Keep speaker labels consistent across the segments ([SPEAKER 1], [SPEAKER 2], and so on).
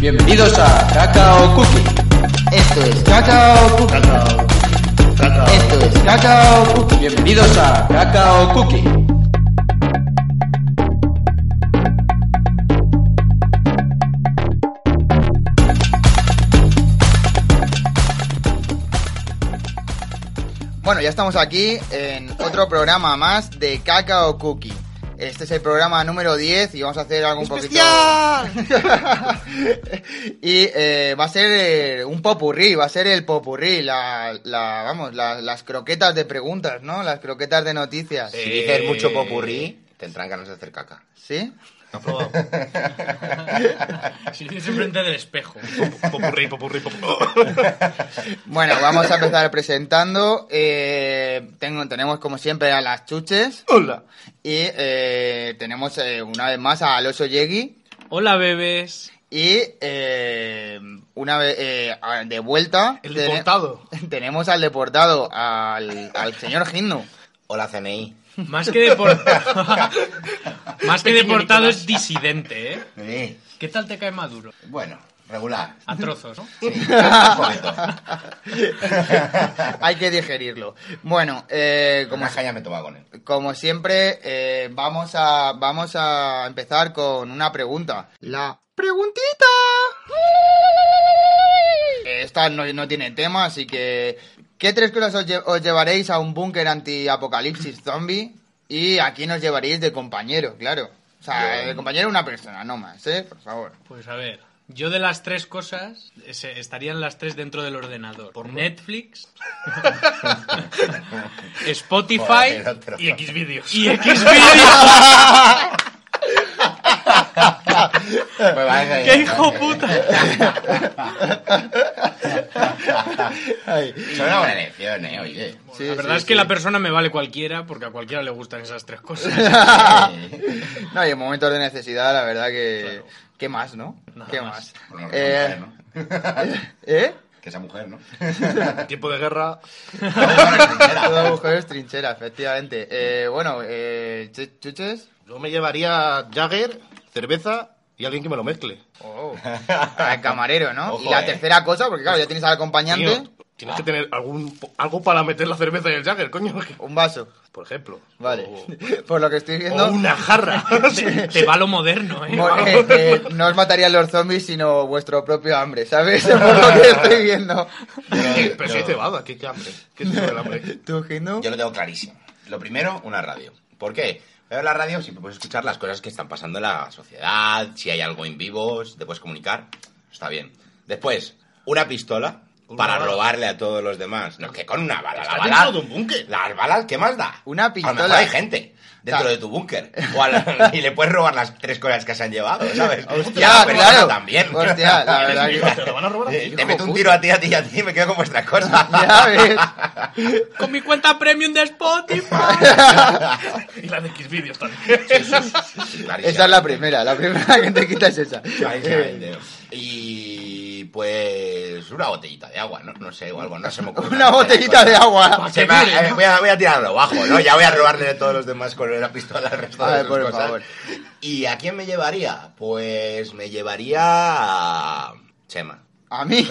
[SPEAKER 1] Bienvenidos a Cacao Cookie.
[SPEAKER 2] Esto es
[SPEAKER 1] Cacao Cookie.
[SPEAKER 3] Cacao. Cacao.
[SPEAKER 2] Esto es Cacao Cookie.
[SPEAKER 1] Bienvenidos a Cacao Cookie.
[SPEAKER 2] Bueno, ya estamos aquí en otro programa más de Cacao Cookie. Este es el programa número 10 y vamos a hacer algo un poquito... y eh, va a ser eh, un popurrí, va a ser el popurrí, la, la- vamos, la- las croquetas de preguntas, ¿no? Las croquetas de noticias.
[SPEAKER 3] Sí.
[SPEAKER 4] Si dices mucho popurrí, tendrán ganas de hacer caca.
[SPEAKER 2] ¿Sí?
[SPEAKER 5] Si tienes enfrente del espejo.
[SPEAKER 3] Popurrí, popurrí, popurrí.
[SPEAKER 2] Bueno, vamos a empezar presentando. eh, tengo, tenemos como siempre a las chuches.
[SPEAKER 3] Hola.
[SPEAKER 2] Y eh, tenemos eh, una vez más a Alonso Yegui.
[SPEAKER 5] Hola, bebés.
[SPEAKER 2] Y eh, una vez eh, a- de vuelta.
[SPEAKER 3] El
[SPEAKER 2] tene-
[SPEAKER 3] deportado.
[SPEAKER 2] Tenemos al deportado, al, al señor Hindu.
[SPEAKER 4] Hola, CNI.
[SPEAKER 5] Más que deportado. Más que deportado es disidente, ¿eh?
[SPEAKER 4] Sí.
[SPEAKER 5] ¿Qué tal te cae Maduro?
[SPEAKER 4] Bueno, regular.
[SPEAKER 5] A trozos, ¿no?
[SPEAKER 4] Un poquito.
[SPEAKER 2] Hay que digerirlo. Bueno, eh, como,
[SPEAKER 4] Una caña me toma con él.
[SPEAKER 2] como siempre, eh, vamos, a, vamos a empezar con una pregunta. La preguntita. Esta no, no tiene tema, así que... ¿Qué tres cosas os, lle- os llevaréis a un búnker anti-apocalipsis zombie? Y aquí nos llevaréis de compañero, claro. O sea, de compañero una persona, no más, ¿eh? Por favor.
[SPEAKER 5] Pues a ver. Yo de las tres cosas, es- estarían las tres dentro del ordenador. Por Netflix, Spotify
[SPEAKER 4] Joder, otro.
[SPEAKER 3] Y X vídeos.
[SPEAKER 5] y Xvideos.
[SPEAKER 2] Pues
[SPEAKER 4] Me parece
[SPEAKER 5] ¡Qué
[SPEAKER 4] bien,
[SPEAKER 5] hijo
[SPEAKER 4] me parece
[SPEAKER 5] puta!
[SPEAKER 4] bien. Son una buena elección, eh, oye.
[SPEAKER 2] Sí,
[SPEAKER 5] la verdad
[SPEAKER 2] sí,
[SPEAKER 5] es que
[SPEAKER 2] sí.
[SPEAKER 5] la persona me vale cualquiera, porque a cualquiera le gustan esas tres cosas.
[SPEAKER 2] No, y en momentos de necesidad, la verdad que... ¿Qué más, no?
[SPEAKER 5] Nada
[SPEAKER 2] ¿Qué más?
[SPEAKER 5] más.
[SPEAKER 4] Bueno,
[SPEAKER 2] Eh,
[SPEAKER 4] mujer, ¿no?
[SPEAKER 2] ¿Eh?
[SPEAKER 4] que esa mujer, ¿no?
[SPEAKER 3] Tiempo de guerra.
[SPEAKER 2] Todas mujeres trinchera, efectivamente. Eh, bueno, eh, ch- chuches.
[SPEAKER 3] Yo me llevaría Jagger, cerveza y alguien que me lo mezcle.
[SPEAKER 2] Oh. Para el camarero, ¿no? y
[SPEAKER 4] Ojo,
[SPEAKER 2] la
[SPEAKER 4] eh.
[SPEAKER 2] tercera cosa, porque claro, ya tienes al acompañante,
[SPEAKER 3] Tío, tienes que tener algún algo para meter la cerveza en el Jagger, coño.
[SPEAKER 2] un vaso.
[SPEAKER 3] Por ejemplo.
[SPEAKER 2] Vale.
[SPEAKER 3] O,
[SPEAKER 2] Por lo que estoy viendo,
[SPEAKER 3] o una jarra.
[SPEAKER 5] Te, te va lo moderno, ¿eh?
[SPEAKER 2] mo- eh, eh, no os matarían los zombies, sino vuestro propio hambre, ¿sabes? Por lo que estoy viendo.
[SPEAKER 4] Yo-
[SPEAKER 3] Pero
[SPEAKER 4] yo-
[SPEAKER 3] si hay cebada, qué, qué hambre. Qué es el hambre.
[SPEAKER 2] ¿Tú, Hindu?
[SPEAKER 4] Yo lo tengo clarísimo. Lo primero, una radio. ¿Por qué? Pero la radio siempre puedes escuchar las cosas que están pasando en la sociedad, si hay algo en vivo, si te puedes comunicar. Está bien. Después, una pistola para
[SPEAKER 3] bala.
[SPEAKER 4] robarle a todos los demás. No, que con una bala. La
[SPEAKER 3] Está
[SPEAKER 4] bala
[SPEAKER 3] dentro de un búnker.
[SPEAKER 4] Las balas, ¿qué más da?
[SPEAKER 2] Una
[SPEAKER 4] A lo
[SPEAKER 2] pistola.
[SPEAKER 4] mejor hay gente dentro
[SPEAKER 2] Claro.
[SPEAKER 4] de tu búnker. O a la- y le puedes robar las tres cosas que se han llevado, ¿sabes?
[SPEAKER 2] Hostia,
[SPEAKER 4] La persona
[SPEAKER 2] claro.
[SPEAKER 4] También.
[SPEAKER 2] Hostia, la verdad
[SPEAKER 3] Digo,
[SPEAKER 2] que.
[SPEAKER 3] ¿Te lo van a robar?
[SPEAKER 4] Eh,
[SPEAKER 2] hijo
[SPEAKER 4] Te meto un
[SPEAKER 2] puta.
[SPEAKER 4] tiro a ti, a ti y a ti y me quedo con vuestras cosas.
[SPEAKER 2] Ya ves.
[SPEAKER 5] Con mi cuenta premium de Spotify.
[SPEAKER 3] Y la de X vídeos también.
[SPEAKER 2] Esa es la primera, la primera que te quitas es esa. Eh,
[SPEAKER 4] Clarísimamente. Y pues una botellita de agua, no, no sé, o algo, no se me ocurre.
[SPEAKER 2] Una botellita de agua.
[SPEAKER 4] Se me- eh, voy, a, voy a tirarlo bajo, ¿no? Ya voy a robarle a todos los demás con la pistola al resto
[SPEAKER 2] Ay,
[SPEAKER 4] de sus
[SPEAKER 2] por
[SPEAKER 4] cosas.
[SPEAKER 2] favor.
[SPEAKER 4] ¿Y a quién me llevaría? Pues me llevaría a Chema.
[SPEAKER 2] A mí.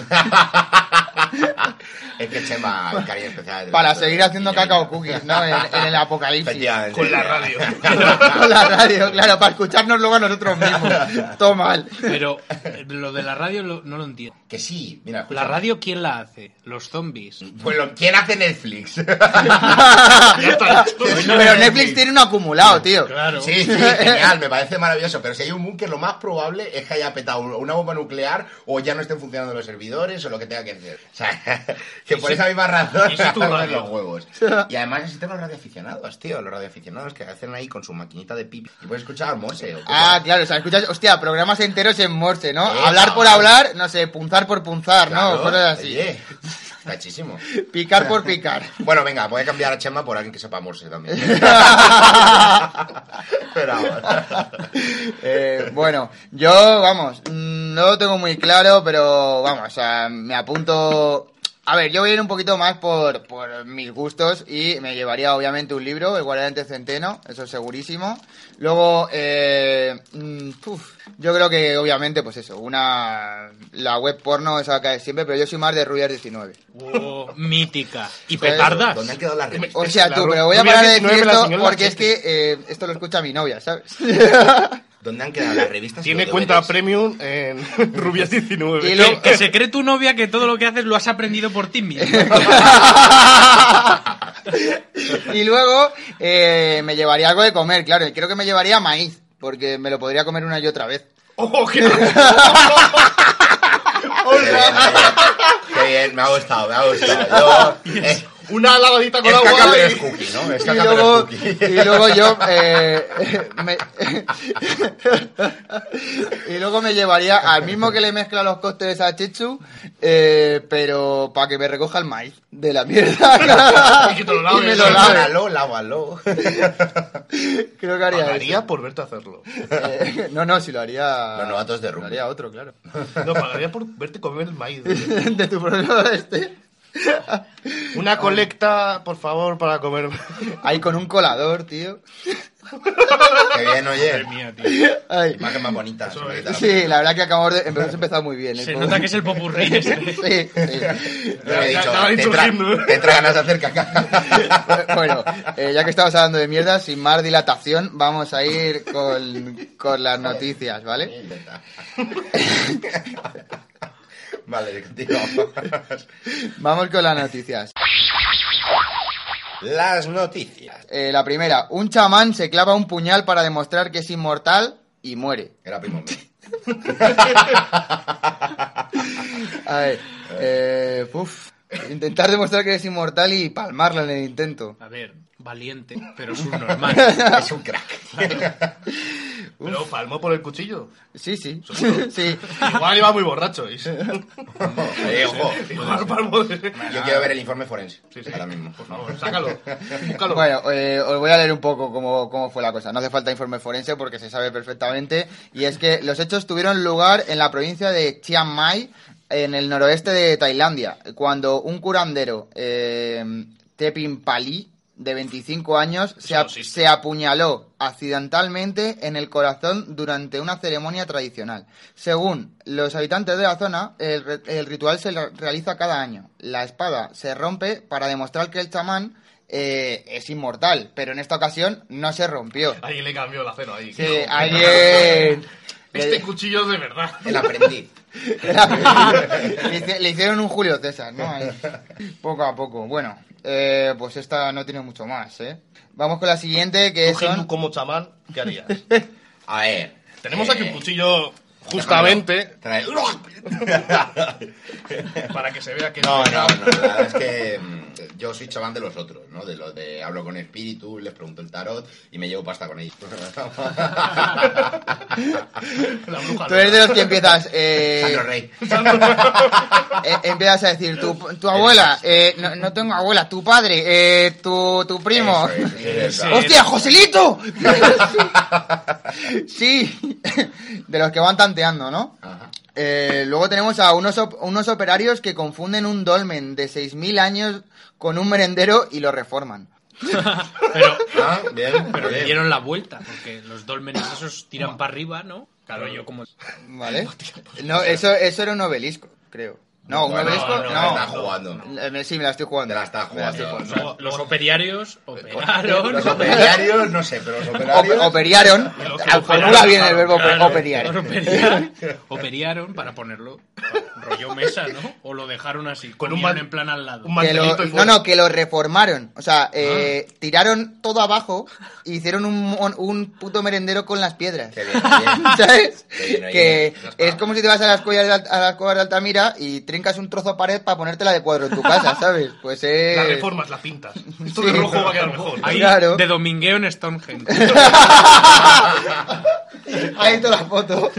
[SPEAKER 4] Es que Chema, el cariño especial.
[SPEAKER 2] Para seguir haciendo cacao
[SPEAKER 4] cookies
[SPEAKER 2] cookies, ¿no? En, en el apocalipsis.
[SPEAKER 3] Con la radio.
[SPEAKER 2] Con la radio, claro, para escucharnos luego a nosotros mismos. Todo mal.
[SPEAKER 5] Pero eh, lo de la radio lo- no lo entiendo.
[SPEAKER 4] Que sí, mira, escucha.
[SPEAKER 5] ¿La radio quién la hace? Los zombies.
[SPEAKER 4] Pues lo- ¿quién hace Netflix?
[SPEAKER 2] Pero Netflix tiene uno acumulado, tío.
[SPEAKER 5] Claro.
[SPEAKER 4] Sí, sí, genial, me parece maravilloso. Pero si hay un búnker, lo más probable es que haya petado una bomba nuclear o ya no estén funcionando los servidores o lo que tenga que hacer. O sea, que por esa misma razón
[SPEAKER 3] y si tu
[SPEAKER 4] hacen
[SPEAKER 3] radio?
[SPEAKER 4] los huevos. Y además existen los radioaficionados, tío, los radioaficionados que hacen ahí con su maquinita de pipi y puedes escuchar a Mose. o
[SPEAKER 2] Ah,
[SPEAKER 4] cosas.
[SPEAKER 2] claro, o sea, escuchas, hostia, programas enteros en Morse, ¿no?
[SPEAKER 4] Eh,
[SPEAKER 2] hablar por
[SPEAKER 4] cabrón.
[SPEAKER 2] hablar, no sé, punzar por punzar,
[SPEAKER 4] Claro,
[SPEAKER 2] ¿no? Cosas así.
[SPEAKER 4] oye, Gachísimo.
[SPEAKER 2] Picar por picar.
[SPEAKER 4] Bueno, venga, voy a cambiar a Chema por alguien que sepa Morse también. Pero ahora.
[SPEAKER 2] Eh, bueno, yo, vamos, mm, no lo tengo muy claro, pero vamos, o sea, me apunto A ver, yo voy a ir un poquito más por, por mis gustos y me llevaría obviamente un libro, El Guardiante Centeno, eso es segurísimo. Luego, eh, mm, puf, yo creo que obviamente, pues eso, una la web porno esa cae siempre, pero yo soy más de Rubias 19.
[SPEAKER 5] Oh, mítica. ¿Y
[SPEAKER 2] Joder,
[SPEAKER 5] petardas?
[SPEAKER 4] ¿Dónde han quedado las revistas?
[SPEAKER 2] O sea,
[SPEAKER 3] la
[SPEAKER 2] tú,
[SPEAKER 3] Ru-
[SPEAKER 2] pero voy a
[SPEAKER 3] Rubias
[SPEAKER 2] parar de
[SPEAKER 3] 19
[SPEAKER 2] decir
[SPEAKER 3] me la
[SPEAKER 2] esto
[SPEAKER 3] enseñó la
[SPEAKER 2] porque es
[SPEAKER 3] Chelsea.
[SPEAKER 2] que eh, esto lo escucha mi novia, ¿sabes?
[SPEAKER 4] ¿Dónde han quedado las revistas? y
[SPEAKER 3] Tiene
[SPEAKER 4] los
[SPEAKER 3] cuenta
[SPEAKER 4] DVDs?
[SPEAKER 3] premium en Rubias 19.
[SPEAKER 2] Y
[SPEAKER 5] Que,
[SPEAKER 2] luego-
[SPEAKER 5] que se cree tu novia que todo lo que haces lo has aprendido por ti mismo.
[SPEAKER 2] y luego eh, me llevaría algo de comer, claro. y Creo que me llevaría maíz, porque me lo podría comer una y otra vez.
[SPEAKER 3] ¡Ojo, que
[SPEAKER 4] Qué bien, Qué bien, me ha gustado, me ha gustado. Yo, eh,
[SPEAKER 3] Una lavadita con
[SPEAKER 4] es
[SPEAKER 3] agua.
[SPEAKER 4] caca pero
[SPEAKER 3] y-
[SPEAKER 4] es cookie, ¿no? Es
[SPEAKER 2] Y
[SPEAKER 4] caca
[SPEAKER 2] luego,
[SPEAKER 4] pero es cookie.
[SPEAKER 2] y luego yo eh, me, y luego me llevaría al mismo que le mezcla los cócteles a Chichu eh, pero para que me recoja el maíz de la mierda
[SPEAKER 3] Y que te lo lave, ¿eh?
[SPEAKER 2] y me
[SPEAKER 3] eso
[SPEAKER 2] lo
[SPEAKER 3] es
[SPEAKER 2] lave
[SPEAKER 4] Lávalo, lávalo.
[SPEAKER 2] creo que haría eso.
[SPEAKER 3] Pagaría por verte hacerlo.
[SPEAKER 2] Eh, no no si lo haría
[SPEAKER 4] Los novatos de
[SPEAKER 2] lo
[SPEAKER 4] rugby.
[SPEAKER 2] haría otro claro
[SPEAKER 3] No, pagaría por verte comer el maíz.
[SPEAKER 2] de tu problema este
[SPEAKER 3] Una colecta, por favor, para comer.
[SPEAKER 2] ahí con un colador tío
[SPEAKER 4] Qué bien, oye.
[SPEAKER 5] Madre mía, tío.
[SPEAKER 2] Ay.
[SPEAKER 4] Imagen más bonita. señorita.
[SPEAKER 2] sí la verdad que acabamos de hemos empezado muy bien ¿eh?
[SPEAKER 5] Se nota que es el popurrí este.
[SPEAKER 2] sí, sí.
[SPEAKER 4] Yo le he
[SPEAKER 3] Ya-
[SPEAKER 4] dicho,
[SPEAKER 3] ya estaba ¿eh?".
[SPEAKER 4] te entra,
[SPEAKER 3] insurgiendo.
[SPEAKER 4] te entra ganas de hacer caca.
[SPEAKER 2] Bueno, eh, ya que estamos hablando de mierda, sin más dilatación, vamos a ir con, con las noticias, ¿vale?
[SPEAKER 4] Vale, continuamos.
[SPEAKER 2] Vamos con las noticias.
[SPEAKER 4] Las noticias.
[SPEAKER 2] Eh, la primera, un chamán se clava un puñal para demostrar que es inmortal y muere.
[SPEAKER 4] Era primo mío.
[SPEAKER 2] A ver, eh, uf. intentar demostrar que eres inmortal y palmarla en el intento.
[SPEAKER 5] A ver, valiente, pero subnormal.
[SPEAKER 4] Es un crack.
[SPEAKER 3] Pero palmó por el cuchillo.
[SPEAKER 2] Sí, sí, sí.
[SPEAKER 3] Igual iba muy borracho. y-
[SPEAKER 4] Eh, ojo.
[SPEAKER 3] Igual palmó de-
[SPEAKER 4] Yo quiero ver el informe forense.
[SPEAKER 3] Sí, sí.
[SPEAKER 4] Ahora mismo.
[SPEAKER 3] Por favor, sácalo. Búscalo.
[SPEAKER 2] Bueno, eh, os voy a leer un poco cómo, cómo fue la cosa. No hace falta informe forense porque se sabe perfectamente. Y es que los hechos tuvieron lugar en la provincia de Chiang Mai, en el noroeste de Tailandia, cuando un curandero, eh, Tepin Pali, de 25 años, se,
[SPEAKER 5] no
[SPEAKER 2] ap-
[SPEAKER 5] existe.
[SPEAKER 2] se apuñaló accidentalmente en el corazón durante una ceremonia tradicional. Según los habitantes de la zona, el, re- el ritual se la- realiza cada año. La espada se rompe para demostrar que el chamán eh, es inmortal, pero en esta ocasión no se rompió.
[SPEAKER 3] Alguien le cambió el acero ahí.
[SPEAKER 2] Sí, alguien...
[SPEAKER 3] Este cuchillo es de verdad.
[SPEAKER 4] El aprendiz.
[SPEAKER 2] le, hice- le hicieron un Julio César, ¿no? Ahí. Poco a poco. Bueno, eh, pues esta no tiene mucho más, ¿eh? Vamos con la siguiente, que
[SPEAKER 3] Tú,
[SPEAKER 2] es...
[SPEAKER 3] Hindu, como chamán, ¿qué harías?
[SPEAKER 4] A ver.
[SPEAKER 3] Tenemos
[SPEAKER 4] eh,
[SPEAKER 3] aquí un cuchillo justamente
[SPEAKER 4] trae-
[SPEAKER 3] para que se vea que
[SPEAKER 4] No, no, no, la verdad es que mm, yo soy chaval de los otros, ¿no? De los de hablo con espíritus, les pregunto el tarot y me llevo pasta con ellos.
[SPEAKER 3] La bruja
[SPEAKER 2] Tú eres de los que empiezas... eh,
[SPEAKER 4] Sandro Rey.
[SPEAKER 2] eh, empiezas a decir, tu, tu abuela, eh, no, no tengo abuela, tu padre, eh, tu, tu primo.
[SPEAKER 4] Eso es, eso es,
[SPEAKER 5] Sí.
[SPEAKER 4] bravo.
[SPEAKER 2] ¡Hostia, Joselito! sí, de los que van tanteando, ¿no?
[SPEAKER 4] Ajá.
[SPEAKER 2] Eh, luego tenemos a unos, op- unos operarios que confunden un dolmen de 6.000 años con un merendero y lo reforman.
[SPEAKER 5] Pero,
[SPEAKER 4] Ah, bien,
[SPEAKER 5] pero le
[SPEAKER 4] bien.
[SPEAKER 5] dieron la vuelta, porque los dolmenes esos tiran para arriba, ¿no? Claro, yo como...
[SPEAKER 2] ¿Vale? No, eso, eso era un obelisco, creo. No, un
[SPEAKER 4] Bueno,
[SPEAKER 2] obelisco,
[SPEAKER 5] no,
[SPEAKER 4] Me la está
[SPEAKER 2] no.
[SPEAKER 4] jugando.
[SPEAKER 2] Eh, me- Sí, me la estoy jugando.
[SPEAKER 4] Te la está
[SPEAKER 2] Me estoy
[SPEAKER 4] jugando.
[SPEAKER 5] O sea, los operarios operaron.
[SPEAKER 4] Los operarios, no sé, pero los
[SPEAKER 2] Ope-
[SPEAKER 4] operarios.
[SPEAKER 2] operiaron.
[SPEAKER 5] Los que
[SPEAKER 2] Formula
[SPEAKER 5] operaron,
[SPEAKER 2] bien el verbo
[SPEAKER 5] claro,
[SPEAKER 2] operiar.
[SPEAKER 5] operiar. Operiaron para ponerlo rollo mesa, ¿no? O lo dejaron así,
[SPEAKER 3] Con
[SPEAKER 5] con
[SPEAKER 3] un
[SPEAKER 5] un
[SPEAKER 3] man-
[SPEAKER 5] en plan al lado.
[SPEAKER 3] un
[SPEAKER 2] Que lo-
[SPEAKER 3] mantelito y
[SPEAKER 2] no,
[SPEAKER 3] fuera.
[SPEAKER 2] no, que lo reformaron. O
[SPEAKER 5] Ah.
[SPEAKER 2] sea, eh, tiraron todo abajo y hicieron un, mon- un puto merendero con las piedras.
[SPEAKER 4] Qué bien, bien.
[SPEAKER 2] ¿Sabes?
[SPEAKER 4] Qué bien, oye,
[SPEAKER 2] que
[SPEAKER 4] ya está.
[SPEAKER 2] es como si te vas a las, cuevas de, Alt- a las cuevas de Altamira y trincas un trozo de pared para ponértela de cuadro en tu casa, ¿sabes? Pues es...
[SPEAKER 3] Las reformas, las pintas. Esto
[SPEAKER 2] Sí.
[SPEAKER 3] de rojo va a quedar mejor.
[SPEAKER 5] Ahí,
[SPEAKER 2] claro.
[SPEAKER 5] de domingueo en Stonehenge.
[SPEAKER 2] Ahí está la foto.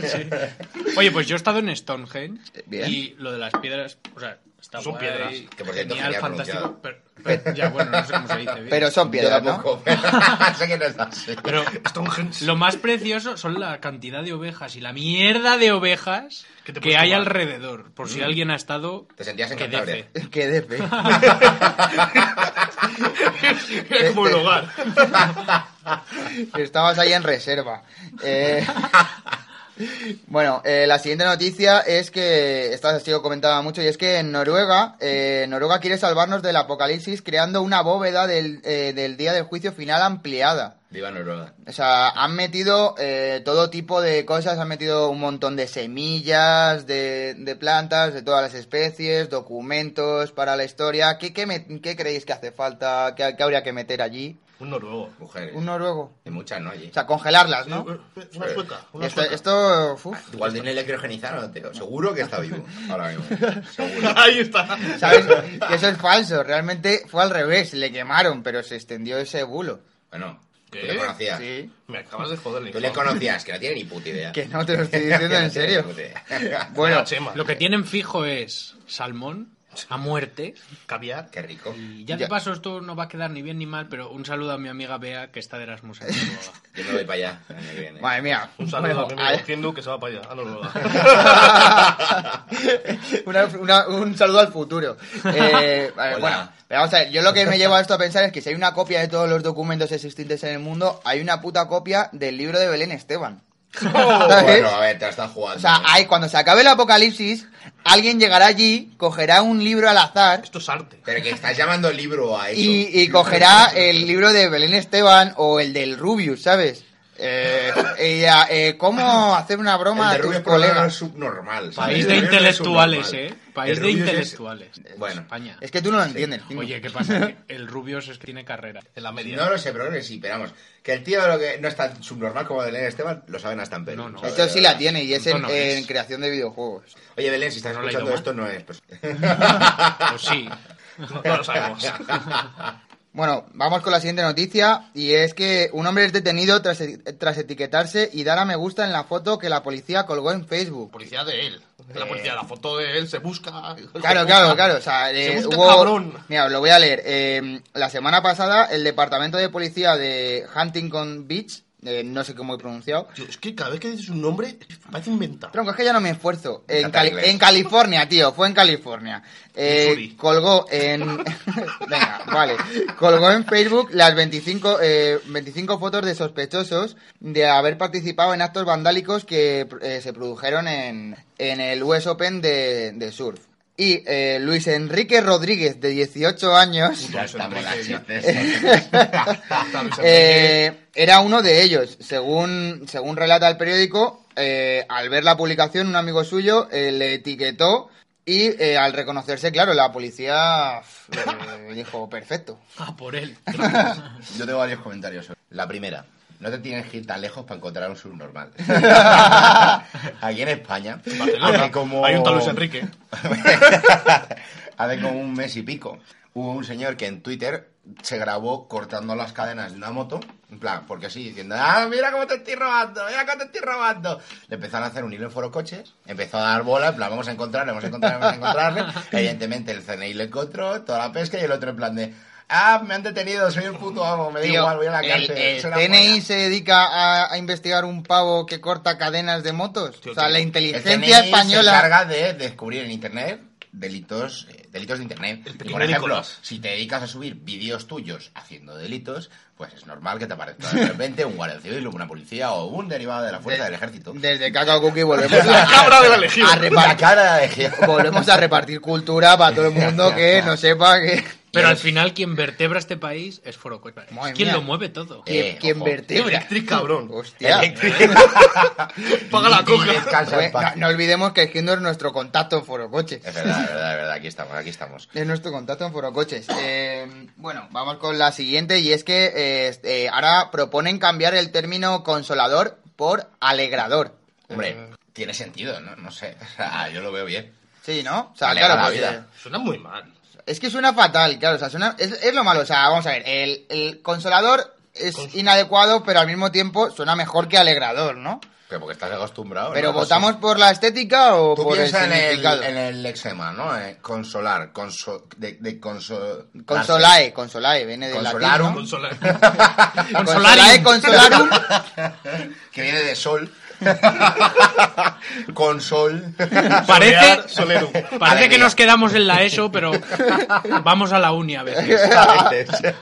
[SPEAKER 5] Oye, pues yo he estado en Stonehenge
[SPEAKER 2] Bien.
[SPEAKER 5] y lo de las piedras, o sea, Está
[SPEAKER 3] Son
[SPEAKER 5] guay,
[SPEAKER 3] piedras.
[SPEAKER 4] Que, por cierto,
[SPEAKER 5] genial,
[SPEAKER 4] genial
[SPEAKER 5] fantástico. Pero, pero- ya, bueno, no sé cómo se dice. bien.
[SPEAKER 2] Pero son piedras,
[SPEAKER 4] Yo
[SPEAKER 2] ¿no?
[SPEAKER 4] tampoco. sé que no es así.
[SPEAKER 5] Pero
[SPEAKER 3] Stonehenge.
[SPEAKER 5] lo más precioso son la cantidad de ovejas y la mierda de ovejas
[SPEAKER 3] Que te
[SPEAKER 5] que
[SPEAKER 3] puedes
[SPEAKER 5] hay
[SPEAKER 3] tomar. Mm.
[SPEAKER 5] alrededor. Por si alguien ha estado.
[SPEAKER 4] Te sentías en
[SPEAKER 5] que
[SPEAKER 4] Cantabria.
[SPEAKER 5] deje.
[SPEAKER 2] Qué de fe.
[SPEAKER 3] Es como
[SPEAKER 2] este-
[SPEAKER 3] el hogar.
[SPEAKER 2] Estabas ahí en reserva. Eh, bueno, eh, la siguiente noticia es que, esta ha sido comentada mucho, y es que en Noruega, eh, Noruega quiere salvarnos del apocalipsis creando una bóveda del, eh, del día del juicio final ampliada.
[SPEAKER 4] Viva Noruega.
[SPEAKER 2] O sea, han metido eh, todo tipo de cosas, han metido un montón de semillas, de, de plantas, de todas las especies, documentos para la historia. ¿Qué, qué, me- qué creéis que hace falta, que, que habría que meter allí?
[SPEAKER 3] Un noruego.
[SPEAKER 4] Mujeres.
[SPEAKER 2] Un noruego.
[SPEAKER 4] Hay muchas, ¿no? Allí.
[SPEAKER 2] O sea, congelarlas, ¿no?
[SPEAKER 3] Eh, Una sueca. Una
[SPEAKER 2] Esto,
[SPEAKER 3] sueca.
[SPEAKER 2] esto uf.
[SPEAKER 4] Igual tiene electrogenizaron, tío. Seguro que está vivo. Ahora mismo. Seguro.
[SPEAKER 3] Ahí está.
[SPEAKER 2] ¿sabes? Que eso es falso. Realmente fue al revés. Le quemaron, pero se extendió ese bulo.
[SPEAKER 4] Bueno,
[SPEAKER 3] ¿Qué?
[SPEAKER 4] tú le conocías.
[SPEAKER 2] Sí.
[SPEAKER 3] Me acabas de joder,
[SPEAKER 4] Tú le conocías, que no tiene ni puta idea.
[SPEAKER 2] Que no te lo estoy
[SPEAKER 4] Que
[SPEAKER 2] diciendo
[SPEAKER 4] no
[SPEAKER 2] en
[SPEAKER 4] tiene
[SPEAKER 2] serio.
[SPEAKER 4] ni puta idea.
[SPEAKER 2] Bueno,
[SPEAKER 3] Chema.
[SPEAKER 5] Lo que tienen fijo es salmón a muerte.
[SPEAKER 3] Caviar.
[SPEAKER 4] Qué rico.
[SPEAKER 5] Y ya de
[SPEAKER 2] Ya.
[SPEAKER 5] paso, esto no va a quedar ni bien ni mal, pero un saludo a mi amiga Bea, que está de Erasmus en Noruega.
[SPEAKER 4] Yo me voy para allá. el año que viene.
[SPEAKER 2] madre mía.
[SPEAKER 3] Un saludo a mi
[SPEAKER 2] Bueno,
[SPEAKER 3] amigo Haciendo que se va para allá, Ah, a Noruega.
[SPEAKER 2] Una- una- un saludo al futuro. Eh, a ver,
[SPEAKER 4] Hola.
[SPEAKER 2] bueno, pero vamos a ver, yo lo que me llevo a esto a pensar es que si hay una copia de todos los documentos existentes en el mundo, hay una puta copia del libro de Belén Esteban.
[SPEAKER 3] Oh,
[SPEAKER 2] ¿Sabes?
[SPEAKER 4] Bueno, a ver, te la estás jugando.
[SPEAKER 2] O sea, hay- cuando se acabe el apocalipsis, alguien llegará allí, cogerá un libro al azar
[SPEAKER 3] Esto es arte.
[SPEAKER 4] Pero que estás llamando libro a eso.
[SPEAKER 2] y, y cogerá el libro de Belén Esteban o el del Rubius, ¿sabes? Eh, ella, eh, ¿Cómo hacer una broma
[SPEAKER 4] El
[SPEAKER 2] a
[SPEAKER 4] de
[SPEAKER 2] tus
[SPEAKER 4] Rubio colega
[SPEAKER 2] colegas?
[SPEAKER 4] subnormal. ¿sabes? El
[SPEAKER 5] País de
[SPEAKER 4] Rubio no es
[SPEAKER 5] intelectuales, ¿eh?
[SPEAKER 4] subnormal.
[SPEAKER 5] País
[SPEAKER 4] El
[SPEAKER 5] de
[SPEAKER 4] Rubio es-
[SPEAKER 5] intelectuales.
[SPEAKER 4] Bueno.
[SPEAKER 5] España.
[SPEAKER 2] Es que tú no lo entiendes. Kiko.
[SPEAKER 5] Oye, ¿qué pasa? Que El Rubios es que tiene carrera.
[SPEAKER 3] En la media.
[SPEAKER 4] No lo sé, pero creo que sí, pero vamos. Que el tío lo que no es tan subnormal como Belén Esteban, lo saben hasta en Perú.
[SPEAKER 5] No, no.
[SPEAKER 4] ¿sabes?
[SPEAKER 2] Eso sí la tiene y es en,
[SPEAKER 5] Tonto no es.
[SPEAKER 2] en creación de videojuegos.
[SPEAKER 4] Oye, Belén, si estás
[SPEAKER 5] No la he
[SPEAKER 4] escuchando
[SPEAKER 5] ido
[SPEAKER 4] esto, no es. pues. pers-
[SPEAKER 5] O Pues sí.
[SPEAKER 3] No, no lo sabemos.
[SPEAKER 2] Bueno, vamos con la siguiente noticia y es que un hombre es detenido tras, tras etiquetarse y dar a me gusta en la foto que la policía colgó en Facebook.
[SPEAKER 3] policía de él. La policía, la foto de él se busca.
[SPEAKER 2] Claro, claro, claro. O sea,
[SPEAKER 3] Se
[SPEAKER 2] eh,
[SPEAKER 3] busca
[SPEAKER 2] hubo-
[SPEAKER 3] cabrón.
[SPEAKER 2] Mira, os lo voy a leer. Eh, la semana pasada, el departamento de policía de Huntington Beach, eh, no sé cómo he pronunciado.
[SPEAKER 3] Tío, es que cada vez que dices un nombre, parece inventado.
[SPEAKER 2] Tronco, es que ya no me esfuerzo. En,
[SPEAKER 4] Encanta
[SPEAKER 2] Cali-
[SPEAKER 4] inglés.
[SPEAKER 2] en California, tío, fue en California. Eh,
[SPEAKER 3] Missouri.
[SPEAKER 2] colgó en. Venga, vale. Colgó en Facebook las 25, eh, 25 fotos de sospechosos de haber participado en actos vandálicos que eh, se produjeron en, en el US Open de, de surf. Y eh, Luis Enrique Rodríguez, de 18 años.
[SPEAKER 4] Ya estamos
[SPEAKER 2] Eh, era uno de ellos. Según, según relata el periódico, eh, al ver la publicación, un amigo suyo eh, le etiquetó y eh, al reconocerse, claro, la policía eh, dijo, perfecto.
[SPEAKER 5] Ah, por él.
[SPEAKER 4] Yo tengo varios comentarios. sobre- La primera. No te tienes que ir tan lejos para encontrar un subnormal. Aquí en España.
[SPEAKER 3] Barcelona,
[SPEAKER 4] hace como-
[SPEAKER 3] Hay un tal Luis Enrique.
[SPEAKER 4] hace como un mes y pico, hubo un señor que en Twitter se grabó cortando las cadenas de una moto, en plan, porque sí, diciendo, ah, mira cómo te estoy robando, mira cómo te estoy robando. Le empezaron a hacer un hilo en foro coches, empezó a dar bola, en plan, vamos a encontrarle, vamos a encontrarle, vamos a encontrarle. Evidentemente el CNI lo encontró, toda la pesca, y el otro en plan de, ah, me han detenido, soy el puto amo, me da
[SPEAKER 2] Tío,
[SPEAKER 4] igual, voy a la
[SPEAKER 2] el,
[SPEAKER 4] cárcel.
[SPEAKER 2] el
[SPEAKER 4] soy una
[SPEAKER 2] CNI
[SPEAKER 4] polla".
[SPEAKER 2] se dedica a, a investigar un pavo que corta cadenas de motos.
[SPEAKER 3] Tío,
[SPEAKER 2] o sea,
[SPEAKER 3] tío,
[SPEAKER 2] la
[SPEAKER 3] el
[SPEAKER 4] El
[SPEAKER 2] inteligencia
[SPEAKER 4] CNI se
[SPEAKER 2] española...
[SPEAKER 4] encarga de descubrir en internet delitos eh, delitos de internet
[SPEAKER 3] El
[SPEAKER 4] y
[SPEAKER 3] pequeño
[SPEAKER 4] por ejemplo
[SPEAKER 3] Nicolás.
[SPEAKER 4] si te dedicas a subir vídeos tuyos haciendo delitos pues es normal que te aparezca de repente un guardia civil una policía o un derivado de la fuerza
[SPEAKER 2] De-
[SPEAKER 4] del ejército
[SPEAKER 2] Desde Cacao Cookie volvemos a,
[SPEAKER 3] La cabra de la legión.
[SPEAKER 2] a
[SPEAKER 4] la
[SPEAKER 2] repartir,
[SPEAKER 4] cara de Geo.
[SPEAKER 2] volvemos a repartir cultura para todo el mundo que no sepa que...
[SPEAKER 5] Pero al final, quien vertebra este país es Forococha. Es
[SPEAKER 2] Madre
[SPEAKER 5] quien
[SPEAKER 2] mía.
[SPEAKER 5] lo mueve todo.
[SPEAKER 4] Eh,
[SPEAKER 2] que quien
[SPEAKER 4] ojo.
[SPEAKER 2] vertebra.
[SPEAKER 3] Electric, cabrón.
[SPEAKER 2] Hostia.
[SPEAKER 3] Paga la
[SPEAKER 4] Y
[SPEAKER 3] coca.
[SPEAKER 4] descansa en
[SPEAKER 2] Oye,
[SPEAKER 4] paz.
[SPEAKER 2] eh, no, no olvidemos que Hinder es nuestro contacto en Foro Coches.
[SPEAKER 4] es verdad es verdad es verdad aquí estamos aquí estamos
[SPEAKER 2] Es nuestro contacto en Foro Coches. Eh, bueno, vamos con la siguiente y es que eh, eh, ahora proponen cambiar el término consolador por alegrador.
[SPEAKER 3] Eh.
[SPEAKER 4] hombre tiene sentido no no sé o sea, yo lo veo bien
[SPEAKER 2] Sí, ¿no? O sea,
[SPEAKER 4] Alegra
[SPEAKER 2] claro,
[SPEAKER 4] la
[SPEAKER 2] porque-
[SPEAKER 4] vida.
[SPEAKER 3] Suena muy mal.
[SPEAKER 2] es que suena fatal, claro, o sea, suena, es, es lo malo, o sea, vamos a ver, el, el consolador es inadecuado, pero al mismo tiempo suena mejor que alegrador, ¿no?
[SPEAKER 4] Pero porque estás acostumbrado.
[SPEAKER 2] Pero
[SPEAKER 4] ¿no?
[SPEAKER 2] votamos por la estética o
[SPEAKER 4] Tú
[SPEAKER 2] por el
[SPEAKER 4] piensas en el,
[SPEAKER 2] significado.
[SPEAKER 4] en el lexema, ¿no? Eh, consolar, conso, de, de conso-
[SPEAKER 2] Consolae, consolae, viene de
[SPEAKER 4] Consolarum.
[SPEAKER 2] latín,
[SPEAKER 5] Consolar.
[SPEAKER 2] ¿no? Consolae, consolarum.
[SPEAKER 4] que viene de sol. Consol.
[SPEAKER 5] Parece,
[SPEAKER 3] Solerum.
[SPEAKER 5] parece que
[SPEAKER 4] Alegría.
[SPEAKER 5] nos quedamos en la ESO, pero vamos a la uni a veces.
[SPEAKER 4] A veces.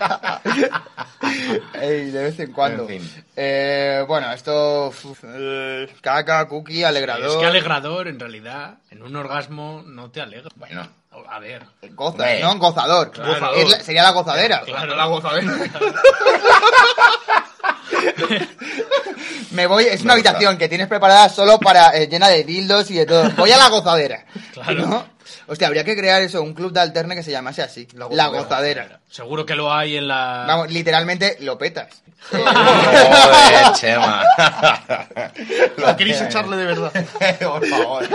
[SPEAKER 2] Ey, de vez en cuando.
[SPEAKER 4] En fin.
[SPEAKER 2] Eh, bueno, esto... uf, eh, caca, cookie, alegrador.
[SPEAKER 5] Es que alegrador, en realidad, en un orgasmo no te alegra.
[SPEAKER 4] bueno,
[SPEAKER 5] A ver.
[SPEAKER 2] Goza,
[SPEAKER 4] Hombre.
[SPEAKER 2] ¿no? Gozador.
[SPEAKER 5] Claro.
[SPEAKER 2] Es la- sería la gozadera.
[SPEAKER 5] la gozadera.
[SPEAKER 2] Me voy, es una
[SPEAKER 4] gusta.
[SPEAKER 2] habitación que tienes preparada solo para, eh, llena de dildos y de todo. Voy a la gozadera.
[SPEAKER 5] Claro.
[SPEAKER 2] ¿No? Hostia, habría que crear eso, un club de alterne que se llamase así. La gozadera.
[SPEAKER 5] Seguro que lo hay en la...
[SPEAKER 2] Vamos, literalmente lo petas.
[SPEAKER 4] Joder, Chema.
[SPEAKER 3] ¿Lo queréis echarle de verdad?
[SPEAKER 4] Por favor.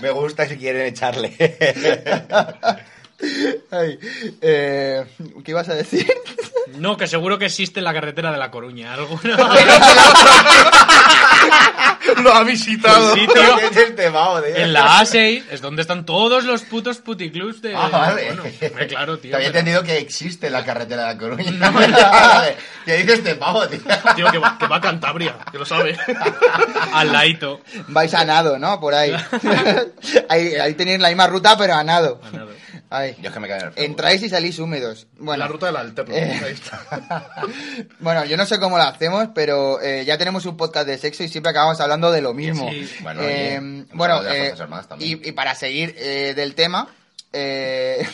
[SPEAKER 4] Me gusta si quieren echarle.
[SPEAKER 2] Ay, eh, ¿Qué ibas a decir?
[SPEAKER 5] No, que seguro que existe en la carretera de La Coruña. Alguna...
[SPEAKER 3] Lo ha visitado.
[SPEAKER 5] Sí, tío.
[SPEAKER 4] ¿Qué es este vago, tío?
[SPEAKER 5] En la A6 es donde están todos los putos puticlubs de...
[SPEAKER 4] Ah, vale.
[SPEAKER 5] Bueno, hombre, claro, tío.
[SPEAKER 4] Te había
[SPEAKER 5] pero-
[SPEAKER 4] entendido que existe la carretera de la Coruña. Vale, ¿Qué dices este pavo, tío?
[SPEAKER 3] Tío, que va, que va a Cantabria, que lo sabe.
[SPEAKER 2] Ah,
[SPEAKER 5] Al laito.
[SPEAKER 2] Vais a nado, ¿no? Por ahí. ahí. Ahí tenéis la misma ruta, pero a nado.
[SPEAKER 5] A nado.
[SPEAKER 2] Ay.
[SPEAKER 4] Yo es que me cae en el Facebook.
[SPEAKER 2] Entráis y salís húmedos. Bueno,
[SPEAKER 3] La ruta del alterno.
[SPEAKER 2] Eh.
[SPEAKER 3] Ahí está.
[SPEAKER 2] Bueno, yo no sé cómo lo hacemos, pero eh, ya tenemos un podcast de sexo y siempre acabamos hablando de lo mismo.
[SPEAKER 5] Sí.
[SPEAKER 4] Bueno,
[SPEAKER 2] Eh,
[SPEAKER 4] oye, hemos
[SPEAKER 2] bueno,
[SPEAKER 4] hablado de las
[SPEAKER 2] eh,
[SPEAKER 4] Fuerzas Armadas también.
[SPEAKER 2] y, y para seguir eh, del tema, eh,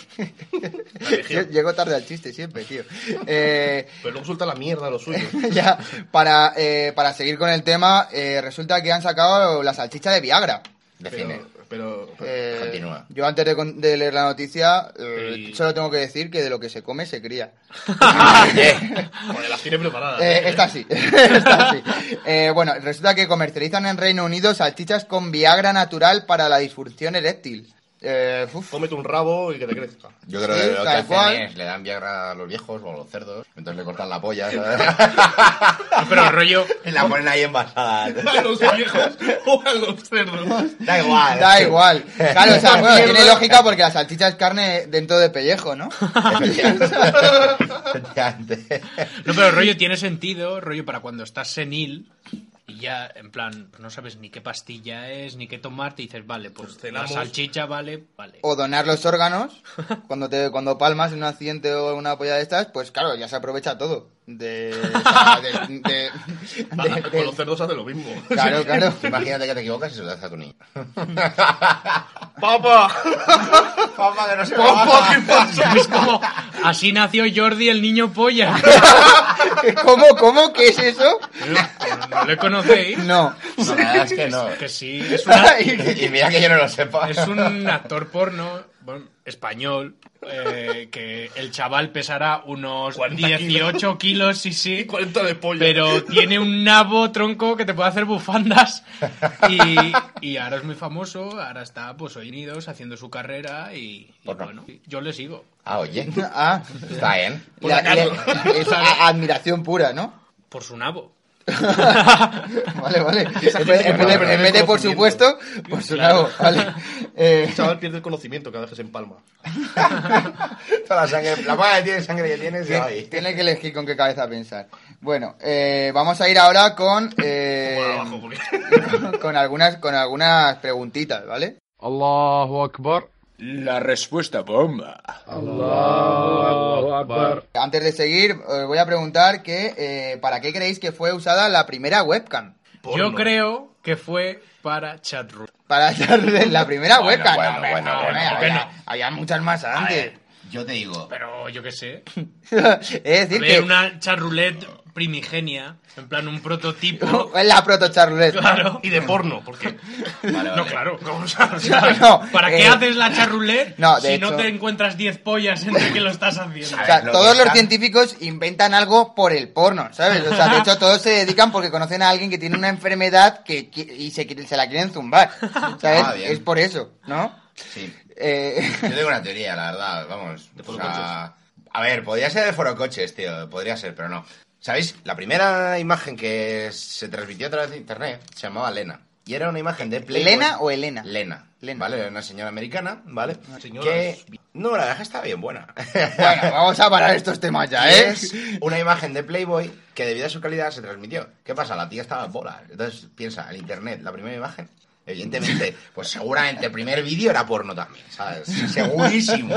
[SPEAKER 2] yo llego tarde al chiste siempre, tío. Eh,
[SPEAKER 3] Pero luego suelta la mierda lo suyo.
[SPEAKER 2] ya, para, eh, para seguir con el tema, eh, resulta que han sacado la salchicha de Viagra.
[SPEAKER 4] Define.
[SPEAKER 3] Pero, pero, pues,
[SPEAKER 2] Eh,
[SPEAKER 4] Continúa.
[SPEAKER 2] Yo antes de, con- de leer la noticia, eh,
[SPEAKER 5] Sí.
[SPEAKER 2] solo tengo que decir que de lo que se come se cría.
[SPEAKER 3] Joder, las tiene preparadas.
[SPEAKER 2] Eh, esta sí, esta sí. Eh, bueno, resulta que comercializan en Reino Unido salchichas con Viagra natural para la disfunción eréctil. Eh, uf.
[SPEAKER 3] Cómete un rabo y que te crezca.
[SPEAKER 4] Yo creo
[SPEAKER 2] Sí,
[SPEAKER 4] que lo que
[SPEAKER 2] tal
[SPEAKER 4] hacen
[SPEAKER 2] cual.
[SPEAKER 4] es le dan viagra a los viejos o a los cerdos, entonces le cortan la polla ¿sabes?
[SPEAKER 5] Ah, Pero el rollo...
[SPEAKER 4] y la ponen ahí envasada.
[SPEAKER 3] los viejos o a los cerdos.
[SPEAKER 4] Da igual.
[SPEAKER 2] Da igual. Claro, o sea, bueno,
[SPEAKER 4] Mierda.
[SPEAKER 2] tiene lógica porque la salchicha es carne dentro de pellejo, ¿no?
[SPEAKER 4] Efectivamente.
[SPEAKER 5] No, pero el rollo tiene sentido, rollo para cuando estás senil y ya, en plan, no sabes ni qué pastilla es, ni qué tomarte, y dices, vale, pues,
[SPEAKER 3] Pues
[SPEAKER 5] la
[SPEAKER 3] cenamos.
[SPEAKER 5] salchicha vale, vale.
[SPEAKER 2] O donar los órganos cuando te cuando palmas en un accidente o una polla de estas, pues claro, ya se aprovecha todo. De, o sea, de- de-
[SPEAKER 3] Ah,
[SPEAKER 2] de-
[SPEAKER 3] Con
[SPEAKER 2] de-
[SPEAKER 3] los cerdos hace lo mismo.
[SPEAKER 2] Claro, claro.
[SPEAKER 4] Imagínate que te equivocas y se lo das a tu niño.
[SPEAKER 3] ¡Papa!
[SPEAKER 4] Papá, que no se
[SPEAKER 3] ¡Papa, qué pasa!
[SPEAKER 5] Es como, así nació Jordi el niño polla.
[SPEAKER 2] ¿Cómo, cómo? ¿Qué es eso?
[SPEAKER 5] No, no le conocéis.
[SPEAKER 2] No.
[SPEAKER 4] No, la verdad es que no.
[SPEAKER 5] Que sí, es, una-
[SPEAKER 4] Y mira que yo no lo sepa.
[SPEAKER 5] es un actor porno bueno, español eh, que el chaval pesará unos
[SPEAKER 3] 40 kilos.
[SPEAKER 5] 18 kilos, sí, sí.
[SPEAKER 3] 40 de pollo.
[SPEAKER 5] Pero tiene un nabo tronco que te puede hacer bufandas. Y, y ahora es muy famoso, ahora está pues hoy Unidos haciendo su carrera y, y
[SPEAKER 4] Porno.
[SPEAKER 5] bueno, yo le sigo.
[SPEAKER 4] Ah, oye.
[SPEAKER 2] Ah.
[SPEAKER 4] Está bien.
[SPEAKER 2] La- la- es a- admiración pura, ¿no?
[SPEAKER 5] Por su nabo.
[SPEAKER 2] Vale, vale. En
[SPEAKER 3] gente
[SPEAKER 2] vez-
[SPEAKER 3] que
[SPEAKER 2] en vez
[SPEAKER 3] no
[SPEAKER 2] de-
[SPEAKER 3] aprende
[SPEAKER 2] en vez de por
[SPEAKER 3] conocimiento.
[SPEAKER 2] supuesto, por su lado, vale. Eh,
[SPEAKER 3] El chaval pierde el conocimiento cada vez que se empalma.
[SPEAKER 4] Toda la sangre, la paga que tienes, sangre que tienes, y
[SPEAKER 2] tiene,
[SPEAKER 4] ahí.
[SPEAKER 2] tiene que elegir con qué cabeza pensar. Bueno, eh, vamos a ir ahora con eh,
[SPEAKER 3] Por abajo, porque...
[SPEAKER 2] con algunas con algunas preguntitas, ¿vale?
[SPEAKER 6] La respuesta bomba.
[SPEAKER 2] Antes de seguir, os voy a preguntar que eh, ¿para qué creéis que fue usada la primera webcam?
[SPEAKER 5] Yo
[SPEAKER 3] Porno.
[SPEAKER 5] creo que fue para chatroom.
[SPEAKER 2] Para hacer la primera
[SPEAKER 4] Bueno,
[SPEAKER 2] webcam.
[SPEAKER 4] bueno,
[SPEAKER 2] No, hombre,
[SPEAKER 4] bueno,
[SPEAKER 2] no,
[SPEAKER 4] bueno,
[SPEAKER 2] hombre,
[SPEAKER 5] bueno.
[SPEAKER 2] había- había muchas más antes.
[SPEAKER 4] Yo te digo.
[SPEAKER 5] Pero yo qué sé.
[SPEAKER 2] es
[SPEAKER 5] A
[SPEAKER 2] decir, que
[SPEAKER 5] ver, una charroulette primigenia. En plan, un prototipo.
[SPEAKER 2] es la proto charlotte
[SPEAKER 5] Claro.
[SPEAKER 3] Y de porno, porque...
[SPEAKER 4] Vale,
[SPEAKER 5] No,
[SPEAKER 4] vale.
[SPEAKER 5] claro. ¿cómo sabes?
[SPEAKER 2] No,
[SPEAKER 5] ¿Para
[SPEAKER 2] eh,
[SPEAKER 5] qué haces la charroulette
[SPEAKER 2] no, de
[SPEAKER 5] si
[SPEAKER 2] hecho-
[SPEAKER 5] no te encuentras 10 pollas en el que lo estás haciendo?
[SPEAKER 2] O sea,
[SPEAKER 4] Lo que
[SPEAKER 2] todos los
[SPEAKER 4] están-
[SPEAKER 2] científicos inventan algo por el porno, ¿sabes? O sea, de hecho, todos se dedican porque conocen a alguien que tiene una enfermedad que, qui- y se, qui- se la quieren zumbar, ¿sabes?
[SPEAKER 4] Ah, bien.
[SPEAKER 2] es por eso, ¿no?
[SPEAKER 4] Sí.
[SPEAKER 2] Eh,
[SPEAKER 4] Yo tengo una teoría, la verdad, vamos.
[SPEAKER 3] De
[SPEAKER 4] o sea, a ver, podría ser de forocoches, tío, podría ser, pero no. O ¿Sabéis? La primera imagen que se transmitió a través de internet se llamaba Lena. Y era una imagen de Playboy.
[SPEAKER 2] ¿Lena o Elena?
[SPEAKER 4] Lena.
[SPEAKER 2] Lena.
[SPEAKER 4] ¿Vale? Era una señora americana, ¿vale?
[SPEAKER 3] Una señora.
[SPEAKER 4] Que... No, la verdad es que estaba bien buena.
[SPEAKER 2] Bueno, vamos a parar estos temas ya,
[SPEAKER 4] Y
[SPEAKER 2] ¿eh?
[SPEAKER 4] es una imagen de Playboy que debido a su calidad se transmitió. ¿Qué pasa? La tía estaba bola. Entonces piensa, en internet, la primera imagen. Evidentemente, pues seguramente el primer vídeo era porno también, ¿sabes? Segurísimo.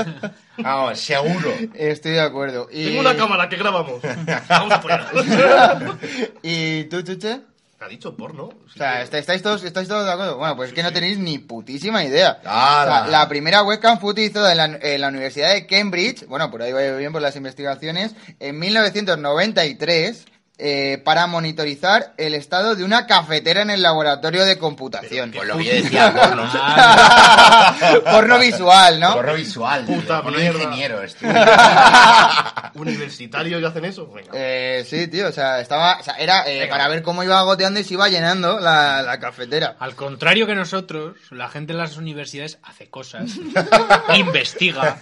[SPEAKER 4] Vamos, seguro.
[SPEAKER 2] Estoy de acuerdo. Y...
[SPEAKER 3] Tengo una cámara que grabamos. Vamos a ponerla.
[SPEAKER 2] ¿Y tú, Chuche?
[SPEAKER 3] ha dicho porno.
[SPEAKER 2] O sea, ¿est- ¿estáis todos, ¿estáis todos de acuerdo? Bueno, pues es que no tenéis ni putísima idea.
[SPEAKER 4] Claro.
[SPEAKER 2] O sea, la primera webcam fue utilizada en la, en la Universidad de Cambridge, bueno, por ahí va bien por las investigaciones, en 1993 eh, para monitorizar el estado de una cafetera en el laboratorio de computación.
[SPEAKER 4] Pues lo que yo decía, porno.
[SPEAKER 5] Ah,
[SPEAKER 2] Porno visual, ¿no?
[SPEAKER 4] Porno visual.
[SPEAKER 3] Puta
[SPEAKER 4] porno
[SPEAKER 3] mierda.
[SPEAKER 4] ingeniero, esto.
[SPEAKER 3] Universitarios que hacen eso. Venga.
[SPEAKER 2] Eh, sí, tío, o sea, estaba, o sea, era eh, para ver cómo iba goteando y se iba llenando la, la cafetera.
[SPEAKER 5] Al contrario que nosotros, la gente en las universidades hace cosas, investiga,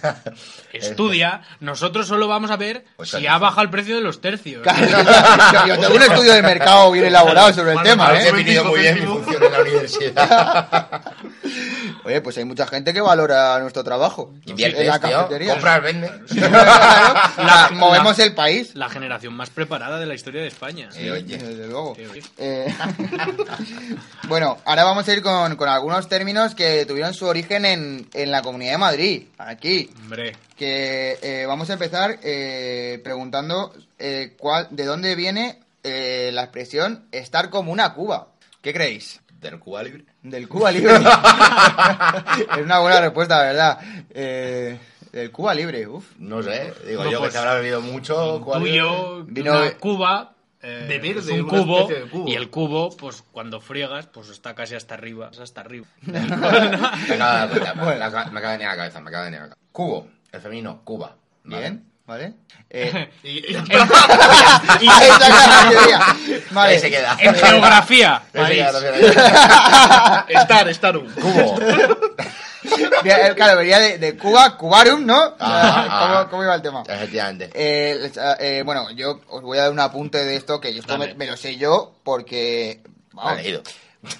[SPEAKER 5] estudia. Nosotros solo vamos a ver
[SPEAKER 4] Pues
[SPEAKER 5] si
[SPEAKER 4] sí.
[SPEAKER 5] ha bajado el precio de los tercios.
[SPEAKER 2] Yo tengo un estudio de mercado bien elaborado sobre el
[SPEAKER 3] Vale,
[SPEAKER 2] tema,
[SPEAKER 3] vale,
[SPEAKER 2] ¿eh?
[SPEAKER 4] He definido muy bien mi función en la universidad.
[SPEAKER 2] Oye, pues hay mucha gente que valora nuestro trabajo. En
[SPEAKER 4] Inviertes,
[SPEAKER 2] la
[SPEAKER 4] tío.
[SPEAKER 2] cafetería.
[SPEAKER 4] Compras, vendes.
[SPEAKER 2] Claro,
[SPEAKER 5] La-
[SPEAKER 2] movemos el país.
[SPEAKER 5] La generación más preparada de la historia de España.
[SPEAKER 4] Eh, oye.
[SPEAKER 2] Desde luego.
[SPEAKER 5] Sí, sí.
[SPEAKER 2] Eh, bueno, ahora vamos a ir con, con algunos términos que tuvieron su origen en, en la Comunidad de Madrid, aquí.
[SPEAKER 5] Hombre,
[SPEAKER 2] Que eh, vamos a empezar eh, preguntando eh, cuál, de dónde viene eh, la expresión estar como una Cuba. ¿Qué creéis?
[SPEAKER 4] Del Cuba Libre.
[SPEAKER 2] Del Cuba Libre. es una buena respuesta, la verdad. Eh, del Cuba Libre, uff.
[SPEAKER 4] No sé. Digo
[SPEAKER 5] No,
[SPEAKER 4] yo
[SPEAKER 5] pues,
[SPEAKER 4] que se habrá bebido mucho. Cuba
[SPEAKER 5] tú y
[SPEAKER 4] Libre.
[SPEAKER 5] yo,
[SPEAKER 2] Vino-
[SPEAKER 5] una cuba, eh,
[SPEAKER 3] De verde,
[SPEAKER 5] es un
[SPEAKER 3] una
[SPEAKER 5] cubo,
[SPEAKER 3] especie de cubo.
[SPEAKER 5] y el cubo, pues cuando friegas, pues está casi hasta arriba, es hasta arriba.
[SPEAKER 4] Me acaba de dar cuenta, me acaba- me acaba de venir a pues la cabeza, me acaba de venir a la cabeza. Cubo, el femenino, Cuba. ¿vale?
[SPEAKER 2] Bien, ¿vale? Eh,
[SPEAKER 3] Y- y-
[SPEAKER 2] ahí está la mayoría. Vale.
[SPEAKER 4] Ahí se queda.
[SPEAKER 5] En geografía,
[SPEAKER 4] Ahí se
[SPEAKER 5] país.
[SPEAKER 4] queda, ahí se queda.
[SPEAKER 2] eh,
[SPEAKER 3] estar, estar un.
[SPEAKER 4] Cubo.
[SPEAKER 2] Bien, eh, Claro, venía de, de Cuba, Cubarum, ¿no?
[SPEAKER 4] Ah,
[SPEAKER 2] ¿Cómo,
[SPEAKER 4] ah.
[SPEAKER 2] cómo iba el tema?
[SPEAKER 4] Efectivamente.
[SPEAKER 2] Eh, les- ah, eh, bueno, yo os voy a dar un apunte de esto que esto me,
[SPEAKER 5] Dale.
[SPEAKER 2] me lo sé yo porque. vamos,
[SPEAKER 4] Ha leído.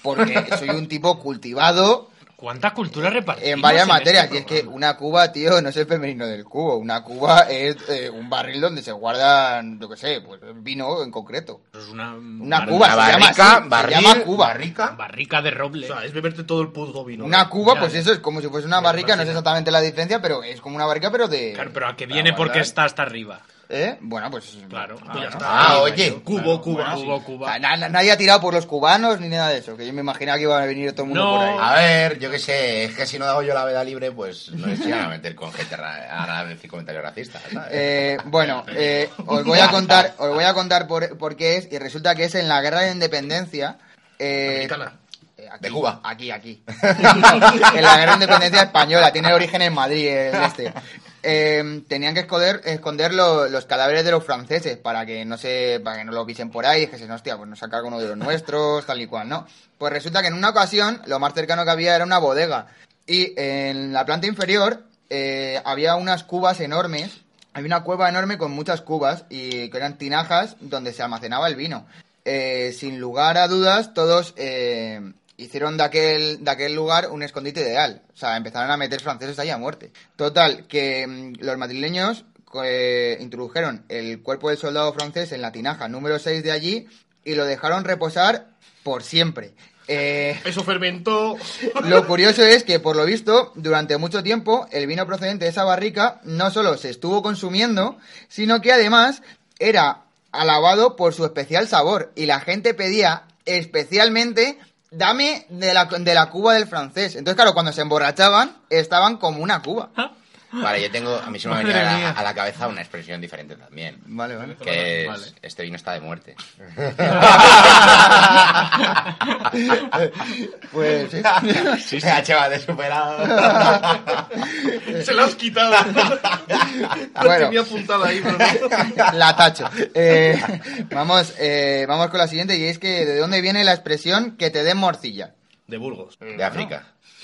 [SPEAKER 2] porque soy un tipo cultivado
[SPEAKER 5] ¿Cuánta cultura repartimos?
[SPEAKER 2] en varias
[SPEAKER 5] este
[SPEAKER 2] materias. y es que
[SPEAKER 5] programa?
[SPEAKER 2] una cuba, tío, no es el femenino del cubo. Una cuba es eh, un barril donde se guardan, yo qué sé, pues vino en concreto.
[SPEAKER 5] Eso es pues una,
[SPEAKER 2] Una
[SPEAKER 5] bar-
[SPEAKER 2] cuba,
[SPEAKER 4] La
[SPEAKER 2] se llama
[SPEAKER 4] barrica,
[SPEAKER 2] así, se
[SPEAKER 4] barril,
[SPEAKER 2] llama Cuba.
[SPEAKER 4] barrica.
[SPEAKER 5] barrica de roble.
[SPEAKER 3] O sea, es beberte todo el puto vino.
[SPEAKER 2] Una cuba,
[SPEAKER 5] Ya,
[SPEAKER 2] pues
[SPEAKER 5] ya.
[SPEAKER 2] eso es como si fuese una barrica, no es exactamente la diferencia, pero es como una barrica, pero
[SPEAKER 3] eh,
[SPEAKER 2] de.
[SPEAKER 5] Claro, pero a que viene
[SPEAKER 2] para
[SPEAKER 5] porque
[SPEAKER 2] guardar.
[SPEAKER 5] está hasta arriba.
[SPEAKER 2] ¿Eh? Bueno, pues.
[SPEAKER 5] Claro.
[SPEAKER 3] Pues ya
[SPEAKER 5] ah,
[SPEAKER 3] está.
[SPEAKER 4] Ah, oye.
[SPEAKER 3] Cubo, Cuba.
[SPEAKER 5] Cubo,
[SPEAKER 2] O sea,
[SPEAKER 5] Cuba.
[SPEAKER 2] na- na- nadie ha tirado por los cubanos ni nada de eso, que yo me imaginaba que iba a venir todo el mundo
[SPEAKER 5] No.
[SPEAKER 2] por ahí.
[SPEAKER 4] A ver, yo qué sé, es que si no hago yo la veda libre, pues no les iban a meter con gente ra- ahora van a decir comentarios racistas, ¿sabes?
[SPEAKER 2] Eh, bueno, eh, os voy a contar, os voy a contar por, por qué es, y resulta que es en la guerra de independencia. eh,
[SPEAKER 3] Americana.
[SPEAKER 2] eh,
[SPEAKER 4] De Cuba.
[SPEAKER 2] Aquí, aquí. en la guerra de independencia española, tiene origen en Madrid el este. Eh, tenían que esconder, esconder lo- los cadáveres de los franceses para que no se, para que no los visen por ahí, que se hostia, pues nos saca alguno de los nuestros, tal y cual, ¿no? Pues resulta que en una ocasión lo más cercano que había era una bodega y en la planta inferior eh, había unas cubas enormes había una cueva enorme con muchas cubas y que eran tinajas donde se almacenaba el vino. Eh, sin lugar a dudas, todos eh, hicieron de aquel, de aquel lugar un escondite ideal. O sea, empezaron a meter franceses ahí a muerte. Total, que mm, los madrileños co- eh, introdujeron el cuerpo del soldado francés en la tinaja número 6 de allí y lo dejaron reposar por siempre. Eh,
[SPEAKER 3] Eso fermentó.
[SPEAKER 2] lo curioso es que, por lo visto, durante mucho tiempo, el vino procedente de esa barrica no solo se estuvo consumiendo, sino que además era alabado por su especial sabor. Y la gente pedía especialmente, dame de la, de la cuba del francés. Entonces, claro, cuando se emborrachaban, estaban como una cuba.
[SPEAKER 4] Vale, yo tengo, a mí se me ha
[SPEAKER 5] Madre
[SPEAKER 4] venido a la,
[SPEAKER 5] mía.
[SPEAKER 4] a la cabeza una expresión diferente también.
[SPEAKER 2] Vale, vale.
[SPEAKER 4] Que es,
[SPEAKER 5] Vale.
[SPEAKER 4] este vino está de muerte.
[SPEAKER 2] Pues sí.
[SPEAKER 4] Sí, se ha llevado de superado.
[SPEAKER 3] Se la has quitado. La
[SPEAKER 2] Bueno.
[SPEAKER 3] tenía apuntada ahí, pero no.
[SPEAKER 2] La tacho. Eh, vamos, eh, vamos con la siguiente y es que ¿de dónde viene la expresión que te den morcilla?
[SPEAKER 3] De Burgos.
[SPEAKER 4] De África.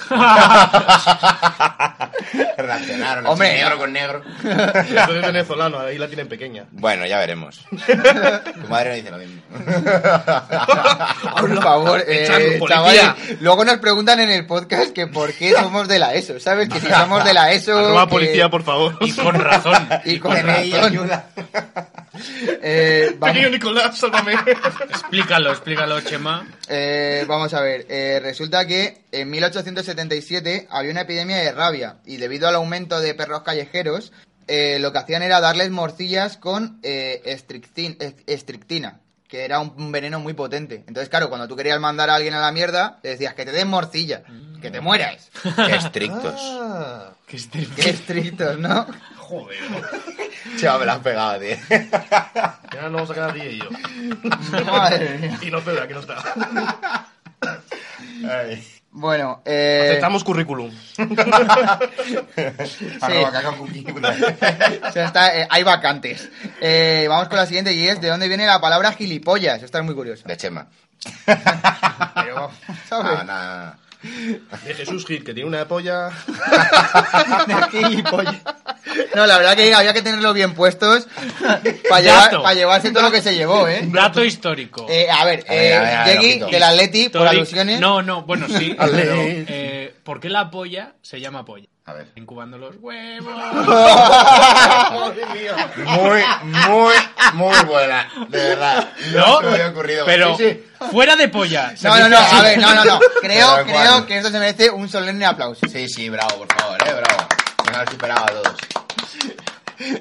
[SPEAKER 4] Relacionaron
[SPEAKER 2] Hombre.
[SPEAKER 4] Hombre. negro con negro.
[SPEAKER 3] Eso es Eh, venezolano, ahí la tienen pequeña.
[SPEAKER 4] Bueno, ya veremos. tu madre no dice lo mismo.
[SPEAKER 2] Por favor, eh,
[SPEAKER 5] Echando
[SPEAKER 2] chavales,
[SPEAKER 5] policía.
[SPEAKER 2] luego nos preguntan en el podcast que por qué somos de la ESO, ¿sabes? Que si somos de la ESO...
[SPEAKER 3] Arroba
[SPEAKER 2] que-
[SPEAKER 3] policía, por favor.
[SPEAKER 5] Y con razón.
[SPEAKER 2] Y con
[SPEAKER 4] DNI,
[SPEAKER 2] razón.
[SPEAKER 4] ayuda.
[SPEAKER 2] Eh, vamos,
[SPEAKER 3] Pequeño Nicolás, sálvame.
[SPEAKER 5] Explícalo, explícalo, Chema.
[SPEAKER 2] eh, vamos a ver, eh, resulta que en 1877 había una epidemia de rabia y debido al aumento de perros callejeros, eh, lo que hacían era darles morcillas con eh, estrictin- est- estrictina, que era un un veneno muy potente. Entonces, claro, cuando tú querías mandar a alguien a la mierda, le decías que te den morcilla, que te mueras.
[SPEAKER 4] Qué estrictos.
[SPEAKER 3] Ah,
[SPEAKER 5] Que es del-
[SPEAKER 2] Qué estrictos, ¿no?
[SPEAKER 5] Joder.
[SPEAKER 4] Chaval, me la has pegado, tío.
[SPEAKER 3] ya nos vamos a quedar 10 y yo.
[SPEAKER 2] Madre mía.
[SPEAKER 3] Y no, Pedro, que no está.
[SPEAKER 2] Bueno, eh,
[SPEAKER 3] Aceptamos currículum.
[SPEAKER 4] Arroba caca cookie.
[SPEAKER 2] o sea, está, eh, hay vacantes. Eh, vamos con la siguiente y es ¿de dónde viene la palabra gilipollas? Esta es muy curiosa.
[SPEAKER 4] De Chema.
[SPEAKER 2] Pero, ¿sabes?
[SPEAKER 4] Ah, nada.
[SPEAKER 3] De Jesús Gil, que tiene una polla.
[SPEAKER 2] De gilipollas. No, la verdad que había que tenerlo bien puestos para, llevar,
[SPEAKER 5] Dato.
[SPEAKER 2] para llevarse todo lo que se llevó, ¿eh?
[SPEAKER 5] Dato histórico.
[SPEAKER 2] Eh, a ver,
[SPEAKER 4] A ver,
[SPEAKER 2] eh,
[SPEAKER 4] a ver, a ver,
[SPEAKER 2] Jackie,
[SPEAKER 4] ojito.
[SPEAKER 2] del Atleti, por
[SPEAKER 5] Históric-
[SPEAKER 2] alusiones.
[SPEAKER 5] No, no, bueno, sí.
[SPEAKER 3] Ale.
[SPEAKER 5] pero, eh, ¿Por qué la polla se llama polla?
[SPEAKER 4] A ver.
[SPEAKER 5] Incubando los huevos.
[SPEAKER 4] Muy, muy, muy buena. De verdad.
[SPEAKER 5] No,
[SPEAKER 4] se me había ocurrido.
[SPEAKER 5] pero
[SPEAKER 4] Sí, sí.
[SPEAKER 5] fuera de polla.
[SPEAKER 2] No, no, no, a ver, no, no, no. Creo,
[SPEAKER 4] Pero, ¿cuál?
[SPEAKER 2] creo que esto se merece un solemne aplauso.
[SPEAKER 4] Sí, sí, bravo, por favor, eh, bravo. Me han superado a todos.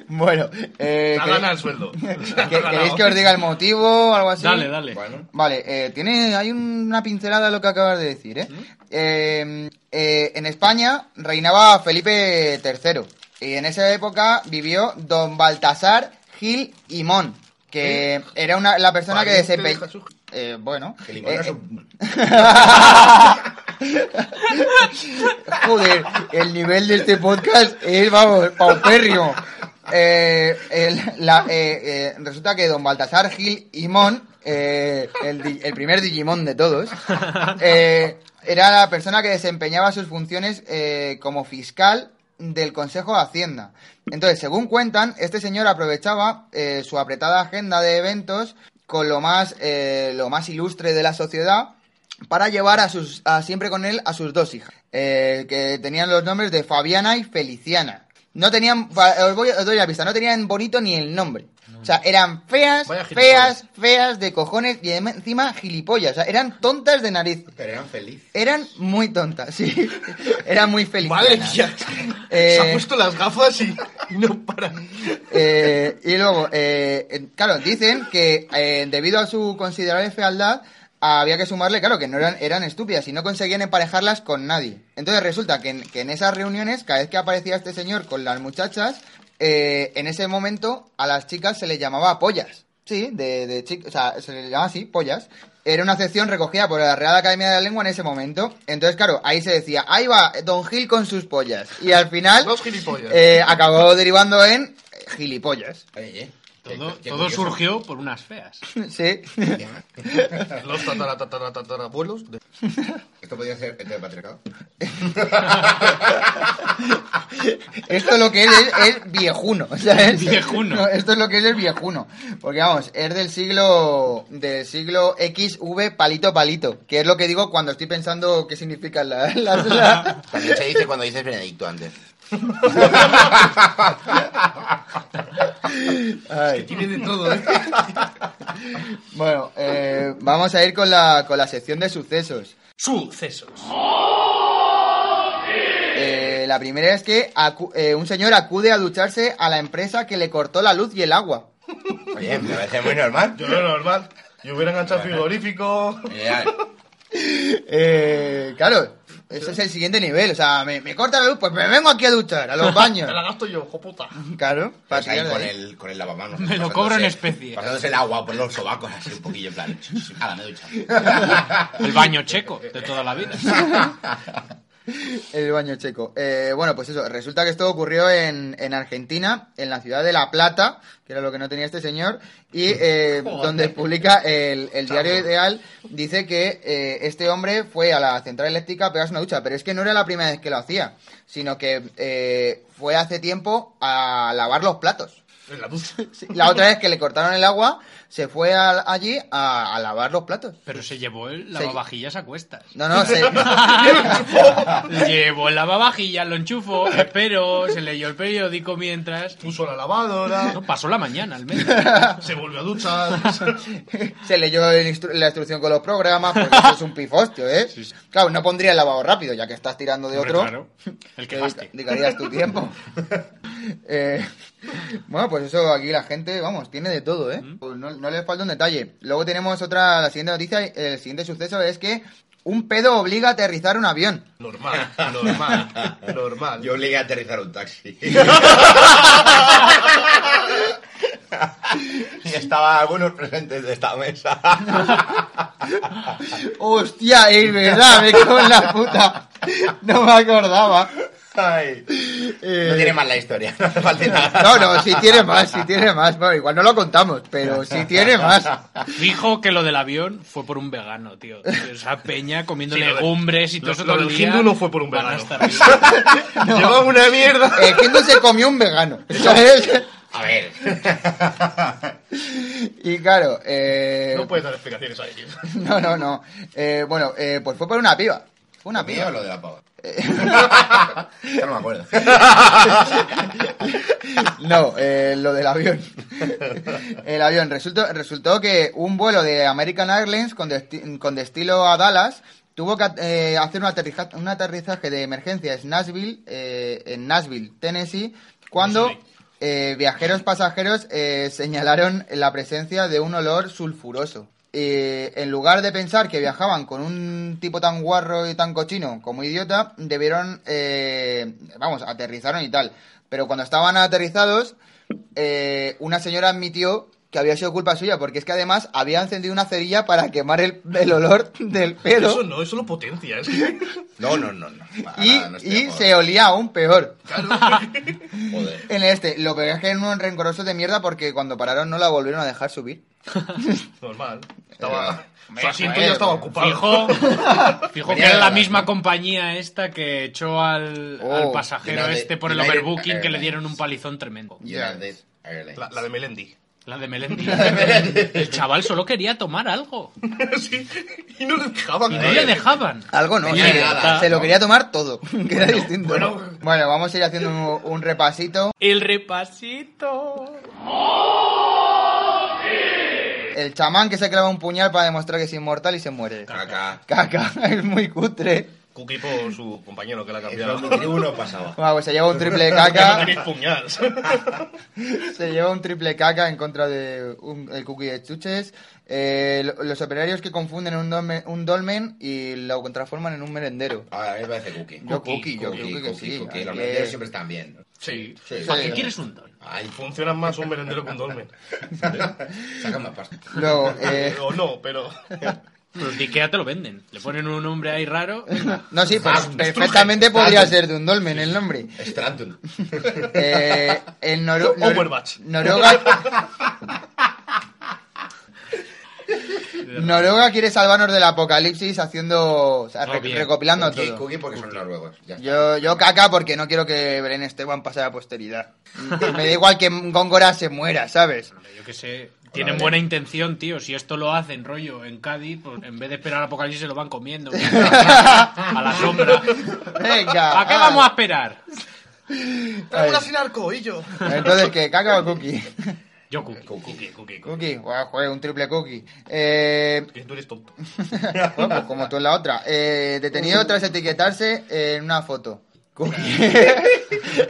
[SPEAKER 2] Bueno, eh,
[SPEAKER 3] Ha
[SPEAKER 2] ¿queréis-
[SPEAKER 3] ganado el sueldo.
[SPEAKER 2] ¿qué- ¿queréis que os diga el motivo o algo así?
[SPEAKER 5] Dale, dale.
[SPEAKER 4] Bueno.
[SPEAKER 2] Vale, eh, tiene, hay una pincelada de lo que acabas de decir, ¿eh? Eh, eh, En España reinaba Felipe III y en esa época vivió don Baltasar Gil y Mon, que era una, la persona que
[SPEAKER 3] Pariente de
[SPEAKER 2] desempeñó...
[SPEAKER 3] Jesús.
[SPEAKER 2] bueno,
[SPEAKER 4] Que limón
[SPEAKER 2] eh,
[SPEAKER 4] es
[SPEAKER 2] eh,
[SPEAKER 4] un-
[SPEAKER 2] Joder, el nivel de este podcast es, vamos, paupérrimo. Eh, el- la- eh, eh, resulta que don Baltasar Gil y Mon, eh, el, di- el primer Digimon de todos, eh, era la persona que desempeñaba sus funciones eh, como fiscal del Consejo de Hacienda. Entonces, según cuentan, este señor aprovechaba eh, su apretada agenda de eventos con lo más, eh, lo más ilustre de la sociedad para llevar a sus a siempre con él a sus dos hijas, eh, que tenían los nombres de Fabiana y Feliciana. No tenían, fa- os, voy, os doy la pista, no tenían bonito ni el nombre. O sea, eran feas,
[SPEAKER 3] Vaya
[SPEAKER 2] feas, feas de cojones y em- encima gilipollas. O sea, eran tontas de nariz.
[SPEAKER 4] Pero eran felices.
[SPEAKER 2] Eran muy tontas, sí. Eran muy felicianas.
[SPEAKER 3] Madre mía.
[SPEAKER 2] Eh,
[SPEAKER 3] Se ha puesto las gafas y no para.
[SPEAKER 2] Eh, y luego, eh, eh, claro, dicen que eh, debido a su considerable fealdad, había que sumarle, claro, que no eran, eran estúpidas y no conseguían emparejarlas con nadie. Entonces resulta que en, que en esas reuniones, cada vez que aparecía este señor con las muchachas, eh, en ese momento a las chicas se les llamaba pollas. Sí, de, de chicas, o sea, se les llamaba así, pollas. Era una acepción recogida por la Real Academia de la Lengua en ese momento. Entonces, claro, ahí se decía, ahí va Don Gil con sus pollas. Y al final...
[SPEAKER 3] Dos gilipollas.
[SPEAKER 2] Eh, acabó derivando en eh, gilipollas.
[SPEAKER 4] Oye, eh. Qué-
[SPEAKER 5] Todo,
[SPEAKER 4] qué
[SPEAKER 5] todo
[SPEAKER 4] curioso.
[SPEAKER 5] surgió por unas feas.
[SPEAKER 2] Sí.
[SPEAKER 3] Los tatara, tatara, tatara, abuelos. de-
[SPEAKER 4] Esto podría ser heteropatriarcado.
[SPEAKER 2] Esto lo que es es, es viejuno. ¿sabes?
[SPEAKER 5] Viejuno.
[SPEAKER 2] No, esto es lo que es el viejuno. Porque vamos, es del siglo del siglo XV palito palito. Que es lo que digo cuando estoy pensando qué significan las... las- la-
[SPEAKER 4] También se dice cuando dices Benedicto antes.
[SPEAKER 3] Que tiene de todo, ¿eh?
[SPEAKER 2] Bueno, eh, vamos a ir con la, con la sección de sucesos.
[SPEAKER 5] Sucesos.
[SPEAKER 2] Eh, la primera es que acu- eh, un señor acude a ducharse a la empresa que le cortó la luz y el agua.
[SPEAKER 4] Oye, me parece muy normal.
[SPEAKER 3] Yo lo normal. Yo hubiera enganchado el frigorífico.
[SPEAKER 4] Ideal.
[SPEAKER 2] Eh, claro, ese es el siguiente nivel. O sea, me, me corta la luz, pues me vengo aquí a duchar, a los baños.
[SPEAKER 3] Me la gasto yo, hijo puta.
[SPEAKER 2] Claro, para
[SPEAKER 4] Pues ahí
[SPEAKER 2] tirar de
[SPEAKER 4] con
[SPEAKER 2] ahí.
[SPEAKER 4] el, con el lavamanos.
[SPEAKER 5] Me lo
[SPEAKER 4] pasándose-
[SPEAKER 5] cobro en especie.
[SPEAKER 4] Pasándose el agua por los sobacos así un poquillo en plan. A la ducha.
[SPEAKER 5] El baño checo de toda la vida.
[SPEAKER 2] El baño checo. Eh, bueno, pues eso, resulta que esto ocurrió en, en Argentina, en la ciudad de La Plata, que era lo que no tenía este señor, y eh, donde publica el, el diario ideal, dice que eh, este hombre fue a la central eléctrica a pegarse una ducha, pero es que no era la primera vez que lo hacía, sino que eh, fue hace tiempo a lavar los platos.
[SPEAKER 5] En la ducha.
[SPEAKER 2] Sí, La otra vez que le cortaron el agua, se fue al- allí a- a lavar los platos.
[SPEAKER 5] Pero se llevó el lavavajillas a cuestas.
[SPEAKER 2] No, no, se,
[SPEAKER 5] Llevó el lavavajillas, lo enchufó, espero, se leyó el periódico mientras.
[SPEAKER 3] Puso la lavadora,
[SPEAKER 5] No, pasó la mañana al menos.
[SPEAKER 3] se volvió a duchar.
[SPEAKER 2] se leyó el instru- la instrucción con los programas, pues eso es un pifostio, ¿eh? Claro, no pondría el lavado rápido, ya que estás tirando de
[SPEAKER 5] Hombre,
[SPEAKER 2] otro.
[SPEAKER 5] claro, el que
[SPEAKER 2] Te dedica-
[SPEAKER 5] gaste.
[SPEAKER 2] dedicarías tu tiempo. Eh, bueno, pues eso, aquí la gente, vamos, tiene de todo, ¿eh? Pues no, no les falta un detalle. Luego tenemos otra, la siguiente noticia, el siguiente suceso es que un pedo obliga a aterrizar un avión.
[SPEAKER 3] Normal, normal, normal.
[SPEAKER 4] Yo obligué a aterrizar un taxi. y estaban algunos presentes de esta mesa.
[SPEAKER 2] ¡Hostia, es verdad! ¡Me cago en la puta! No me acordaba. Eh,
[SPEAKER 4] Ay, No tiene más la historia, no hace falta nada.
[SPEAKER 2] No, no, si tiene más, si tiene más. Bueno, igual no lo contamos, pero si tiene más.
[SPEAKER 5] Dijo que lo del avión fue por un vegano, tío. Esa peña comiendo
[SPEAKER 3] Sí, lo de-
[SPEAKER 5] legumbres y todo
[SPEAKER 3] lo-
[SPEAKER 5] eso
[SPEAKER 3] lo
[SPEAKER 5] todo
[SPEAKER 3] del
[SPEAKER 5] el día.
[SPEAKER 3] Hindu no fue por un
[SPEAKER 5] Van a
[SPEAKER 3] vegano.
[SPEAKER 5] estar bien.
[SPEAKER 3] Llevaba una mierda.
[SPEAKER 2] El Kindle Eh, se comió un vegano, ¿sabes?
[SPEAKER 4] A ver.
[SPEAKER 2] Y claro, eh...
[SPEAKER 3] No puedes dar explicaciones a ellos.
[SPEAKER 2] No, no, no. Eh, bueno, eh, pues fue por una piba. Fue una Eh.
[SPEAKER 4] ¿Mío o
[SPEAKER 2] piba.
[SPEAKER 4] lo de la pava? ya no me acuerdo.
[SPEAKER 2] No, eh, lo del avión. El avión. Resultó, resultó que un vuelo de American Airlines con, desti- con destino a Dallas tuvo que eh, hacer un, aterriza- un aterrizaje de emergencia en Nashville, eh, en Nashville, Tennessee, cuando eh, viajeros pasajeros eh, señalaron la presencia de un olor sulfuroso. Eh, en lugar de pensar que viajaban con un tipo tan guarro y tan cochino como idiota, debieron, eh, vamos, aterrizaron y tal. Pero cuando estaban aterrizados, eh, una señora admitió que había sido culpa suya, porque es que además había encendido una cerilla para quemar el, el olor del pedo
[SPEAKER 3] Eso no, eso lo potencia. Es que...
[SPEAKER 4] No, no, no, no. Para
[SPEAKER 2] y,
[SPEAKER 4] nada, Ah, no estoy
[SPEAKER 2] y
[SPEAKER 4] de acuerdo.
[SPEAKER 2] se olía aún peor.
[SPEAKER 4] Joder.
[SPEAKER 2] En este, lo peor es que era un rencoroso de mierda porque cuando pararon no la volvieron a dejar subir.
[SPEAKER 3] Normal. Estaba...
[SPEAKER 4] Hombre,
[SPEAKER 3] Su asiento
[SPEAKER 4] joder,
[SPEAKER 3] ya estaba
[SPEAKER 4] bueno.
[SPEAKER 3] ocupado.
[SPEAKER 5] Fijo, fijo que
[SPEAKER 4] Venía
[SPEAKER 5] era
[SPEAKER 4] de
[SPEAKER 5] la
[SPEAKER 4] Dallas,
[SPEAKER 5] misma
[SPEAKER 4] ¿no?
[SPEAKER 5] compañía esta que echó al, al
[SPEAKER 2] Oh,
[SPEAKER 5] pasajero
[SPEAKER 4] United-
[SPEAKER 5] este por el
[SPEAKER 4] United
[SPEAKER 5] overbooking que le
[SPEAKER 4] Airlines.
[SPEAKER 5] dieron un palizón tremendo.
[SPEAKER 2] pues
[SPEAKER 4] United Airlines.
[SPEAKER 3] La, la de Melendi.
[SPEAKER 5] La de Melendi. El chaval solo quería tomar algo.
[SPEAKER 3] sí. Y no le dejaban.
[SPEAKER 5] Y
[SPEAKER 4] Joder.
[SPEAKER 5] no le dejaban.
[SPEAKER 2] Algo no,
[SPEAKER 5] Venía
[SPEAKER 2] se,
[SPEAKER 5] de nada,
[SPEAKER 2] se lo
[SPEAKER 4] ¿no?
[SPEAKER 2] quería tomar todo, que era distinto.
[SPEAKER 3] bueno.
[SPEAKER 2] Bueno, vamos a ir haciendo un, un repasito.
[SPEAKER 5] El repasito.
[SPEAKER 2] El chamán que se clava un puñal para demostrar que es inmortal y se muere.
[SPEAKER 4] Caca.
[SPEAKER 2] Caca, es muy cutre.
[SPEAKER 3] Cookie por su compañero que la ha
[SPEAKER 4] Eso en mi
[SPEAKER 3] cambiado.
[SPEAKER 4] tribu no Eh, pasaba.
[SPEAKER 2] Bueno, pues se lleva un triple caca.
[SPEAKER 3] Caca. puñal.
[SPEAKER 2] Se lleva un triple caca en contra de un, el cookie de chuches. Eh, lo- los operarios que confunden un dolmen, un dolmen y lo transforman en un merendero.
[SPEAKER 4] A ver, Ah, me parece cookie.
[SPEAKER 2] Yo cookie, yo cookie que sí,
[SPEAKER 4] cookie. Los
[SPEAKER 2] aunque-
[SPEAKER 4] medios siempre están bien.
[SPEAKER 3] Sí.
[SPEAKER 4] Sí,
[SPEAKER 5] ¿Para qué
[SPEAKER 4] sí.
[SPEAKER 5] quieres un don?
[SPEAKER 4] Ay, fu-
[SPEAKER 3] Funcionan más un merendero que un dolmen.
[SPEAKER 4] saca más pasta.
[SPEAKER 2] Luego, eh,
[SPEAKER 3] O no, pero...
[SPEAKER 5] Los de Ikea te lo venden. Le ponen un nombre ahí raro.
[SPEAKER 2] no, sí, pues,
[SPEAKER 4] Ah,
[SPEAKER 2] perfectamente
[SPEAKER 4] estruje.
[SPEAKER 2] podría
[SPEAKER 4] Ah,
[SPEAKER 2] ser de un dolmen el nombre.
[SPEAKER 4] Stratum.
[SPEAKER 2] Eh, en Noro- Nor-
[SPEAKER 3] Overwatch.
[SPEAKER 2] Noruega. Noruega quiere salvarnos del apocalipsis haciendo. o sea,
[SPEAKER 5] Muy
[SPEAKER 2] re-
[SPEAKER 5] bien.
[SPEAKER 2] recopilando
[SPEAKER 4] Cookie,
[SPEAKER 2] todo.
[SPEAKER 4] cookie porque son noruegos. Ya está.
[SPEAKER 2] Yo, yo caca porque no quiero que Belén Esteban pase a la posteridad. Me da igual que Góngora se muera, ¿sabes?
[SPEAKER 5] Yo qué sé. Tienen
[SPEAKER 4] Vale.
[SPEAKER 5] buena intención, tío. Si esto lo hacen, rollo, en Cádiz, pues en vez de esperar al apocalipsis se lo van comiendo. tío. A la sombra.
[SPEAKER 2] Venga.
[SPEAKER 5] ¿A qué vamos a esperar?
[SPEAKER 3] ¡Una sin arco, y yo!
[SPEAKER 2] Entonces, ¿qué? ¿Caca o cookie?
[SPEAKER 5] Yo cookie.
[SPEAKER 4] Cookie.
[SPEAKER 2] Cookie, guau, joder, un triple cookie. Eh,
[SPEAKER 3] Que tú eres tonto.
[SPEAKER 2] Bueno, pues como tú en la otra. Eh, detenido tras etiquetarse en una foto.
[SPEAKER 4] Ese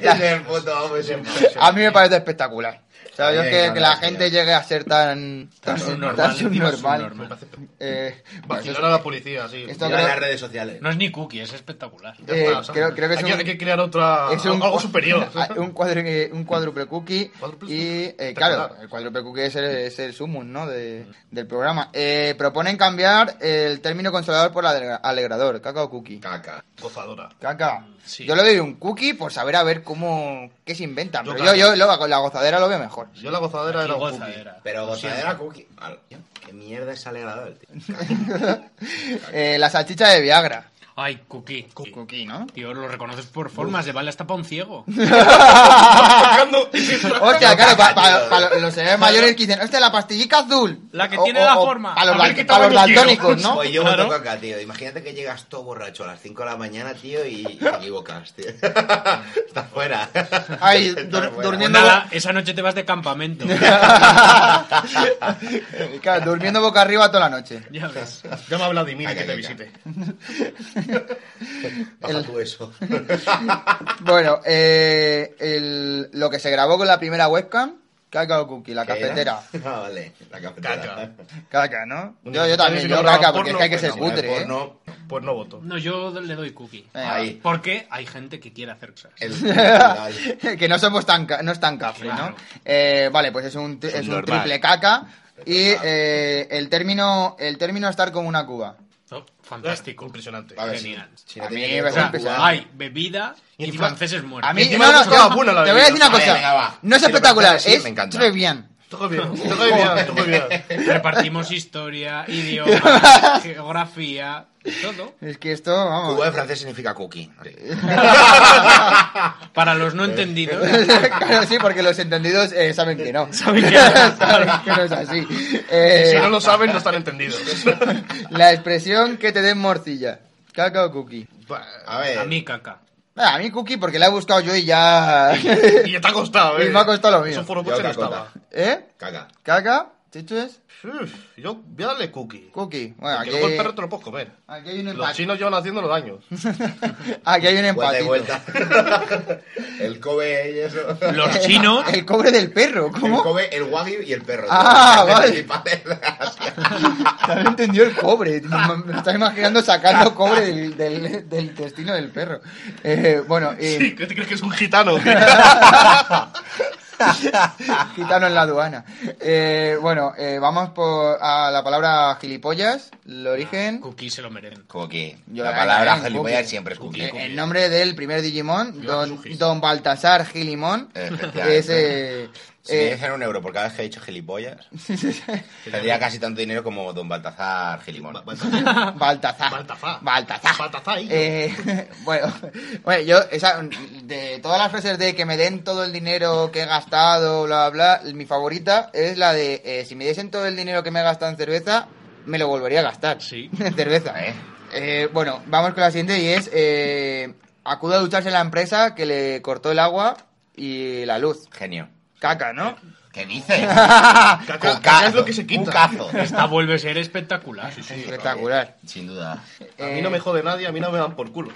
[SPEAKER 4] es el puto hombre, ese es el puto.
[SPEAKER 2] A mí me parece espectacular. ¿Sabes? Yo
[SPEAKER 4] Bien,
[SPEAKER 2] que,
[SPEAKER 4] no,
[SPEAKER 2] que la
[SPEAKER 4] no,
[SPEAKER 2] gente
[SPEAKER 4] tío.
[SPEAKER 2] llegue a ser tan, tan,
[SPEAKER 5] subnormal,
[SPEAKER 2] tan
[SPEAKER 5] encima
[SPEAKER 2] subnormal.
[SPEAKER 5] subnormal.
[SPEAKER 2] Eh, bueno, eso
[SPEAKER 3] Vacilar a la policía, sí.
[SPEAKER 2] Esto-
[SPEAKER 4] Yo en las redes sociales.
[SPEAKER 5] No es ni cookie, es espectacular.
[SPEAKER 2] es- eh, creo, creo que es
[SPEAKER 3] Aquí
[SPEAKER 2] un,
[SPEAKER 3] hay que crear otra...
[SPEAKER 2] es un- Ah,
[SPEAKER 3] algo superior.
[SPEAKER 2] un, cuadri- un cuádruple cookie.
[SPEAKER 3] Cuádruple
[SPEAKER 2] Y
[SPEAKER 3] cookie.
[SPEAKER 2] eh, claro,
[SPEAKER 3] Espectacular.
[SPEAKER 2] el cuádruple cookie es el, es el summum ¿no? de- del programa. Eh, proponen cambiar el término consolador por alegra- alegrador, cacao cookie.
[SPEAKER 4] Caca.
[SPEAKER 3] Gozadora.
[SPEAKER 2] Caca.
[SPEAKER 5] Sí.
[SPEAKER 2] Yo le doy un cookie por saber a ver cómo. qué se inventan.
[SPEAKER 3] Yo
[SPEAKER 2] Pero yo,
[SPEAKER 3] caca.
[SPEAKER 2] yo, lo- la gozadera lo veo mejor.
[SPEAKER 3] Yo la gozadera
[SPEAKER 5] Aquí
[SPEAKER 3] era un
[SPEAKER 5] gozadera.
[SPEAKER 4] Pero
[SPEAKER 3] Lo siento.
[SPEAKER 4] gozadera cookie. Al- ¿Qué mierda es alegrador, tío?
[SPEAKER 2] Eh, la salchicha de Viagra.
[SPEAKER 5] Ay, cookie.
[SPEAKER 2] Cookie, ¿no?
[SPEAKER 5] Tío, lo reconoces por formas, de vale hasta para un ciego.
[SPEAKER 2] Hostia, claro, para
[SPEAKER 4] Tío.
[SPEAKER 2] los señores mayores que dicen, hostia, la pastillica azul.
[SPEAKER 5] La que tiene la forma.
[SPEAKER 2] Para los,
[SPEAKER 5] A ver qué
[SPEAKER 2] dan- pa' los
[SPEAKER 5] tamaño quiero.
[SPEAKER 2] daltónicos, ¿no?
[SPEAKER 4] Pues yo voto
[SPEAKER 5] Claro.
[SPEAKER 4] caca, tío. Imagínate que llegas todo borracho a las 5 de la mañana, tío, y te equivocas, tío. Estás fuera.
[SPEAKER 2] Ay,
[SPEAKER 4] Estás
[SPEAKER 2] dur-
[SPEAKER 4] fuera.
[SPEAKER 5] Pues
[SPEAKER 2] durmiendo-
[SPEAKER 5] nada, esa noche te vas de campamento.
[SPEAKER 2] Claro, durmiendo boca arriba toda la noche.
[SPEAKER 5] ya ves.
[SPEAKER 3] Llama a Vladimir y
[SPEAKER 4] Caca,
[SPEAKER 3] que te
[SPEAKER 4] caca.
[SPEAKER 3] visite.
[SPEAKER 4] Baja
[SPEAKER 2] el-
[SPEAKER 4] tú eso.
[SPEAKER 2] Bueno, eh, el- lo que se grabó con la primera webcam, caca o cookie, la
[SPEAKER 4] ¿Qué era?
[SPEAKER 2] cafetera.
[SPEAKER 4] Ah, vale. La cafetera.
[SPEAKER 3] Caca.
[SPEAKER 2] Caca, ¿no?
[SPEAKER 3] Un
[SPEAKER 2] Yo, yo
[SPEAKER 3] día
[SPEAKER 2] también,
[SPEAKER 3] si
[SPEAKER 2] yo
[SPEAKER 3] no graba
[SPEAKER 2] caca, porque es
[SPEAKER 3] porno,
[SPEAKER 2] que hay que
[SPEAKER 3] pues
[SPEAKER 2] ser
[SPEAKER 3] no,
[SPEAKER 2] cutre, ¿eh?
[SPEAKER 4] Porno,
[SPEAKER 3] Pues no voto.
[SPEAKER 5] No, yo le doy cookie.
[SPEAKER 2] Venga.
[SPEAKER 4] Ahí.
[SPEAKER 5] Porque hay gente que quiere hacer cosas.
[SPEAKER 4] el-
[SPEAKER 2] que no somos tan ca- no es tan cafre,
[SPEAKER 5] Claro.
[SPEAKER 2] ¿no? Eh, vale, pues es un, tri- es un
[SPEAKER 6] normal.
[SPEAKER 2] triple caca y eh, el término el término estar como una cuba.
[SPEAKER 5] Oh, fantástico.
[SPEAKER 3] Impresionante.
[SPEAKER 4] A ver, Pues
[SPEAKER 5] Genial.
[SPEAKER 4] si- si no
[SPEAKER 2] A
[SPEAKER 4] te
[SPEAKER 2] mí me
[SPEAKER 4] viene
[SPEAKER 5] O
[SPEAKER 4] con
[SPEAKER 5] sea,
[SPEAKER 2] parece
[SPEAKER 4] Cuba,
[SPEAKER 5] hay bebida y,
[SPEAKER 3] Y encima-
[SPEAKER 5] franceses muertos.
[SPEAKER 2] A mí
[SPEAKER 3] encima
[SPEAKER 2] no,
[SPEAKER 3] le
[SPEAKER 2] no,
[SPEAKER 3] gusta la
[SPEAKER 2] no,
[SPEAKER 3] buena la
[SPEAKER 2] te voy a
[SPEAKER 3] bebida.
[SPEAKER 2] decir una
[SPEAKER 4] Vale,
[SPEAKER 2] cosa.
[SPEAKER 4] venga, va.
[SPEAKER 2] no es
[SPEAKER 4] Si lo
[SPEAKER 2] espectacular,
[SPEAKER 4] presentas así, me
[SPEAKER 2] es
[SPEAKER 4] encanta.
[SPEAKER 2] muy bien.
[SPEAKER 3] Todo bien, todo bien, todo bien.
[SPEAKER 5] Repartimos historia, idioma, geografía, todo.
[SPEAKER 2] Es que esto, vamos.
[SPEAKER 4] Cuba en francés significa cookie.
[SPEAKER 5] Para los no entendidos.
[SPEAKER 2] claro, sí, porque los entendidos eh, saben que no.
[SPEAKER 5] Saben que no.
[SPEAKER 2] Saben que no es así. Eh,
[SPEAKER 3] Si no lo saben, no están entendidos.
[SPEAKER 2] La expresión que te den morcilla. Caca o cookie.
[SPEAKER 4] A ver.
[SPEAKER 5] A mí caca.
[SPEAKER 2] Ah, a mí cookie porque la he buscado yo y ya...
[SPEAKER 3] Y te ha costado, eh.
[SPEAKER 2] Y me ha costado lo mío.
[SPEAKER 3] Eso foro
[SPEAKER 4] Yo
[SPEAKER 3] coche no
[SPEAKER 4] cacota.
[SPEAKER 3] estaba.
[SPEAKER 2] ¿Eh?
[SPEAKER 4] Caca.
[SPEAKER 2] ¿Caca? ¿Chichus?
[SPEAKER 3] Uf, yo voy a darle cookie.
[SPEAKER 2] Cookie. Bueno, aquí,
[SPEAKER 3] Porque luego el perro te lo puedes comer.
[SPEAKER 2] aquí hay un
[SPEAKER 3] Los
[SPEAKER 2] empate.
[SPEAKER 3] chinos llevan haciéndolo daños.
[SPEAKER 2] Aquí hay un
[SPEAKER 4] Vuelta y
[SPEAKER 2] empatito.
[SPEAKER 4] vuelta. el Kobe y eso.
[SPEAKER 5] Los chinos.
[SPEAKER 2] El cobre del perro,
[SPEAKER 4] El
[SPEAKER 2] ¿cómo?
[SPEAKER 4] Kobe, el Wagyu y el perro.
[SPEAKER 2] Ah,
[SPEAKER 4] Los
[SPEAKER 2] vale.
[SPEAKER 4] principales de Asia.
[SPEAKER 2] También entendió el cobre. Me, me estaba imaginando sacando cobre del, del, del intestino del perro. Eh, bueno, eh,
[SPEAKER 3] Sí, ¿qué te crees que es un gitano?
[SPEAKER 2] Gitano en la aduana. Eh, bueno, eh, vamos por a la palabra gilipollas, el origen,
[SPEAKER 5] Cookie se lo merecen.
[SPEAKER 4] Cookie.
[SPEAKER 2] Yo
[SPEAKER 4] la
[SPEAKER 2] la-
[SPEAKER 4] palabra
[SPEAKER 2] la-
[SPEAKER 4] gilipollas
[SPEAKER 2] cookie.
[SPEAKER 4] siempre es cookie.
[SPEAKER 2] eh, el nombre del primer Digimon,
[SPEAKER 3] Yo
[SPEAKER 2] don,
[SPEAKER 3] sugis.
[SPEAKER 2] don Baltasar Gilimón,
[SPEAKER 4] Efectivamente.
[SPEAKER 2] es, eh,
[SPEAKER 4] Si
[SPEAKER 2] eh,
[SPEAKER 4] me dicen un euro por cada vez que he dicho gilipollas, tendría casi tanto dinero como Don Baltazar Gilimón.
[SPEAKER 2] Baltazar.
[SPEAKER 3] Baltazar.
[SPEAKER 2] Baltazar.
[SPEAKER 3] Baltazar, hijo.
[SPEAKER 2] Eh, bueno, bueno, yo, esa, de todas las frases de que me den todo el dinero que he gastado, bla, bla, bla, mi favorita es la de eh, si me diesen todo el dinero que me he gastado en cerveza, me lo volvería a gastar.
[SPEAKER 5] Sí.
[SPEAKER 2] En cerveza.
[SPEAKER 4] Eh.
[SPEAKER 2] Eh, bueno, vamos con la siguiente y es eh, acudo a ducharse en la empresa que le cortó el agua y la luz.
[SPEAKER 4] Genio.
[SPEAKER 2] Caca, ¿no?
[SPEAKER 4] ¿Qué dices?
[SPEAKER 3] Caca-
[SPEAKER 4] Cuca-
[SPEAKER 3] caca es lo que se quita.
[SPEAKER 4] Cucazo.
[SPEAKER 5] Esta vuelve a ser espectacular.
[SPEAKER 2] Espectacular.
[SPEAKER 4] Sin duda.
[SPEAKER 3] A mí no me jode nadie, a mí no me dan por culo.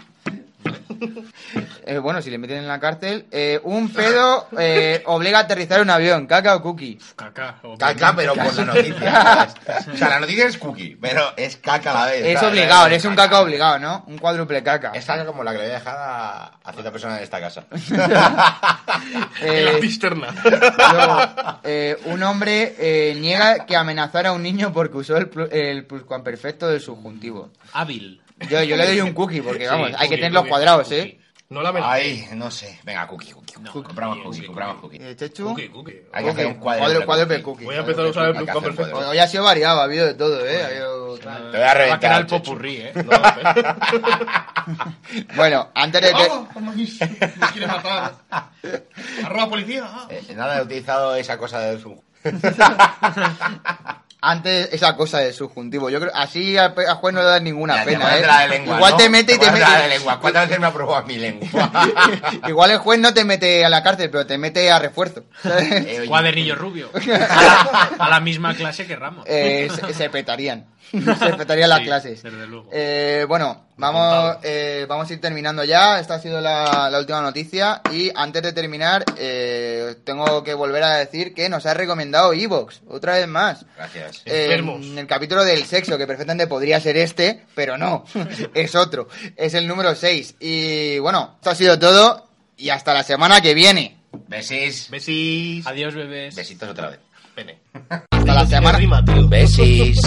[SPEAKER 2] Eh, bueno, si le meten en la cárcel, eh, un pedo eh, obliga a aterrizar un avión, caca o cookie.
[SPEAKER 5] Caca. obviamente.
[SPEAKER 4] Caca, pero por la noticia. o sea, la noticia es cookie, pero es caca a la vez.
[SPEAKER 2] Es
[SPEAKER 4] ¿sabes?
[SPEAKER 2] obligado, es un caca obligado, ¿no? Un cuádruple caca. Eh,
[SPEAKER 4] Es caca como la que le voy a dejar a, a cierta persona en esta casa.
[SPEAKER 3] En la
[SPEAKER 2] Eh,
[SPEAKER 3] cisterna.
[SPEAKER 2] luego, eh, un hombre eh, niega que amenazara a un niño porque usó el, plu- el pluscuamperfecto del subjuntivo.
[SPEAKER 5] Hábil.
[SPEAKER 2] Yo, yo le doy un cookie porque,
[SPEAKER 5] Sí,
[SPEAKER 2] vamos, hay que
[SPEAKER 5] cookie,
[SPEAKER 2] tenerlos
[SPEAKER 5] cookie,
[SPEAKER 2] cuadrados,
[SPEAKER 5] cookie.
[SPEAKER 2] ¿eh?
[SPEAKER 3] No la amenazas.
[SPEAKER 4] Ay, no sé. Venga, cookie, cookie.
[SPEAKER 5] No,
[SPEAKER 4] compramos
[SPEAKER 5] cookie,
[SPEAKER 4] cookie,
[SPEAKER 5] cookie,
[SPEAKER 4] compramos cookie.
[SPEAKER 2] Eh, Chechu.
[SPEAKER 3] Cookie, cookie.
[SPEAKER 4] Hay que hacer un cuadro.
[SPEAKER 2] Cuadro- cuádruple cookie.
[SPEAKER 3] Voy a empezar a usar el Blue
[SPEAKER 4] Hay que hacer
[SPEAKER 3] Perfecto.
[SPEAKER 4] un
[SPEAKER 2] Hoy ha sido variado, ha habido de todo, ¿eh? Ha habido tal.
[SPEAKER 4] Te voy a
[SPEAKER 5] Va a quedar
[SPEAKER 4] reventar.
[SPEAKER 5] el
[SPEAKER 4] Chechu.
[SPEAKER 5] popurrí, ¿eh?
[SPEAKER 2] Bueno, antes de que...
[SPEAKER 3] ¡Vamos! ¡Vamos! ¡Nos quiere matar! ¡Arroba policía! ah.
[SPEAKER 4] Eh, nada, he utilizado esa cosa de su.
[SPEAKER 2] Antes esa cosa de subjuntivo. Yo creo así a, a juez no le da ninguna
[SPEAKER 4] Ya, te
[SPEAKER 2] pena,
[SPEAKER 4] acuerdas
[SPEAKER 2] ¿eh?
[SPEAKER 4] de la de lengua,
[SPEAKER 2] Igual
[SPEAKER 4] ¿no?
[SPEAKER 2] te mete y te
[SPEAKER 4] acuerdas de la de
[SPEAKER 2] mete.
[SPEAKER 4] lengua. ¿Cuántas veces me ha probado a mi lengua?
[SPEAKER 2] Igual el juez no te mete a la cárcel, pero te mete a refuerzo. ¿sabes?
[SPEAKER 4] Eh, oye,
[SPEAKER 5] Cuadernillo rubio. A la, a la misma clase que Ramos.
[SPEAKER 2] Eh, se, se petarían. Se afectaría las
[SPEAKER 5] Sí,
[SPEAKER 2] clases.
[SPEAKER 5] desde luego.
[SPEAKER 2] Eh, bueno, vamos, eh, vamos a ir terminando ya. Esta ha sido la, la última noticia. Y antes de terminar, eh, tengo que volver a decir que nos ha recomendado Evox, otra vez más.
[SPEAKER 4] Gracias.
[SPEAKER 2] Eh,
[SPEAKER 3] Enfermos.
[SPEAKER 2] en el capítulo del sexo, que perfectamente podría ser este, pero no, es otro. Es el número 6. Y bueno, esto ha sido todo. Y hasta la semana que viene.
[SPEAKER 4] Besis.
[SPEAKER 3] Besis.
[SPEAKER 5] Adiós, bebés.
[SPEAKER 4] Besitos otra vez.
[SPEAKER 3] Pene.
[SPEAKER 2] Hasta la semana.
[SPEAKER 3] Rima, tío.
[SPEAKER 4] Besis.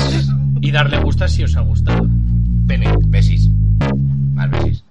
[SPEAKER 5] Y darle gusta si os ha gustado.
[SPEAKER 4] Besis. Más besis.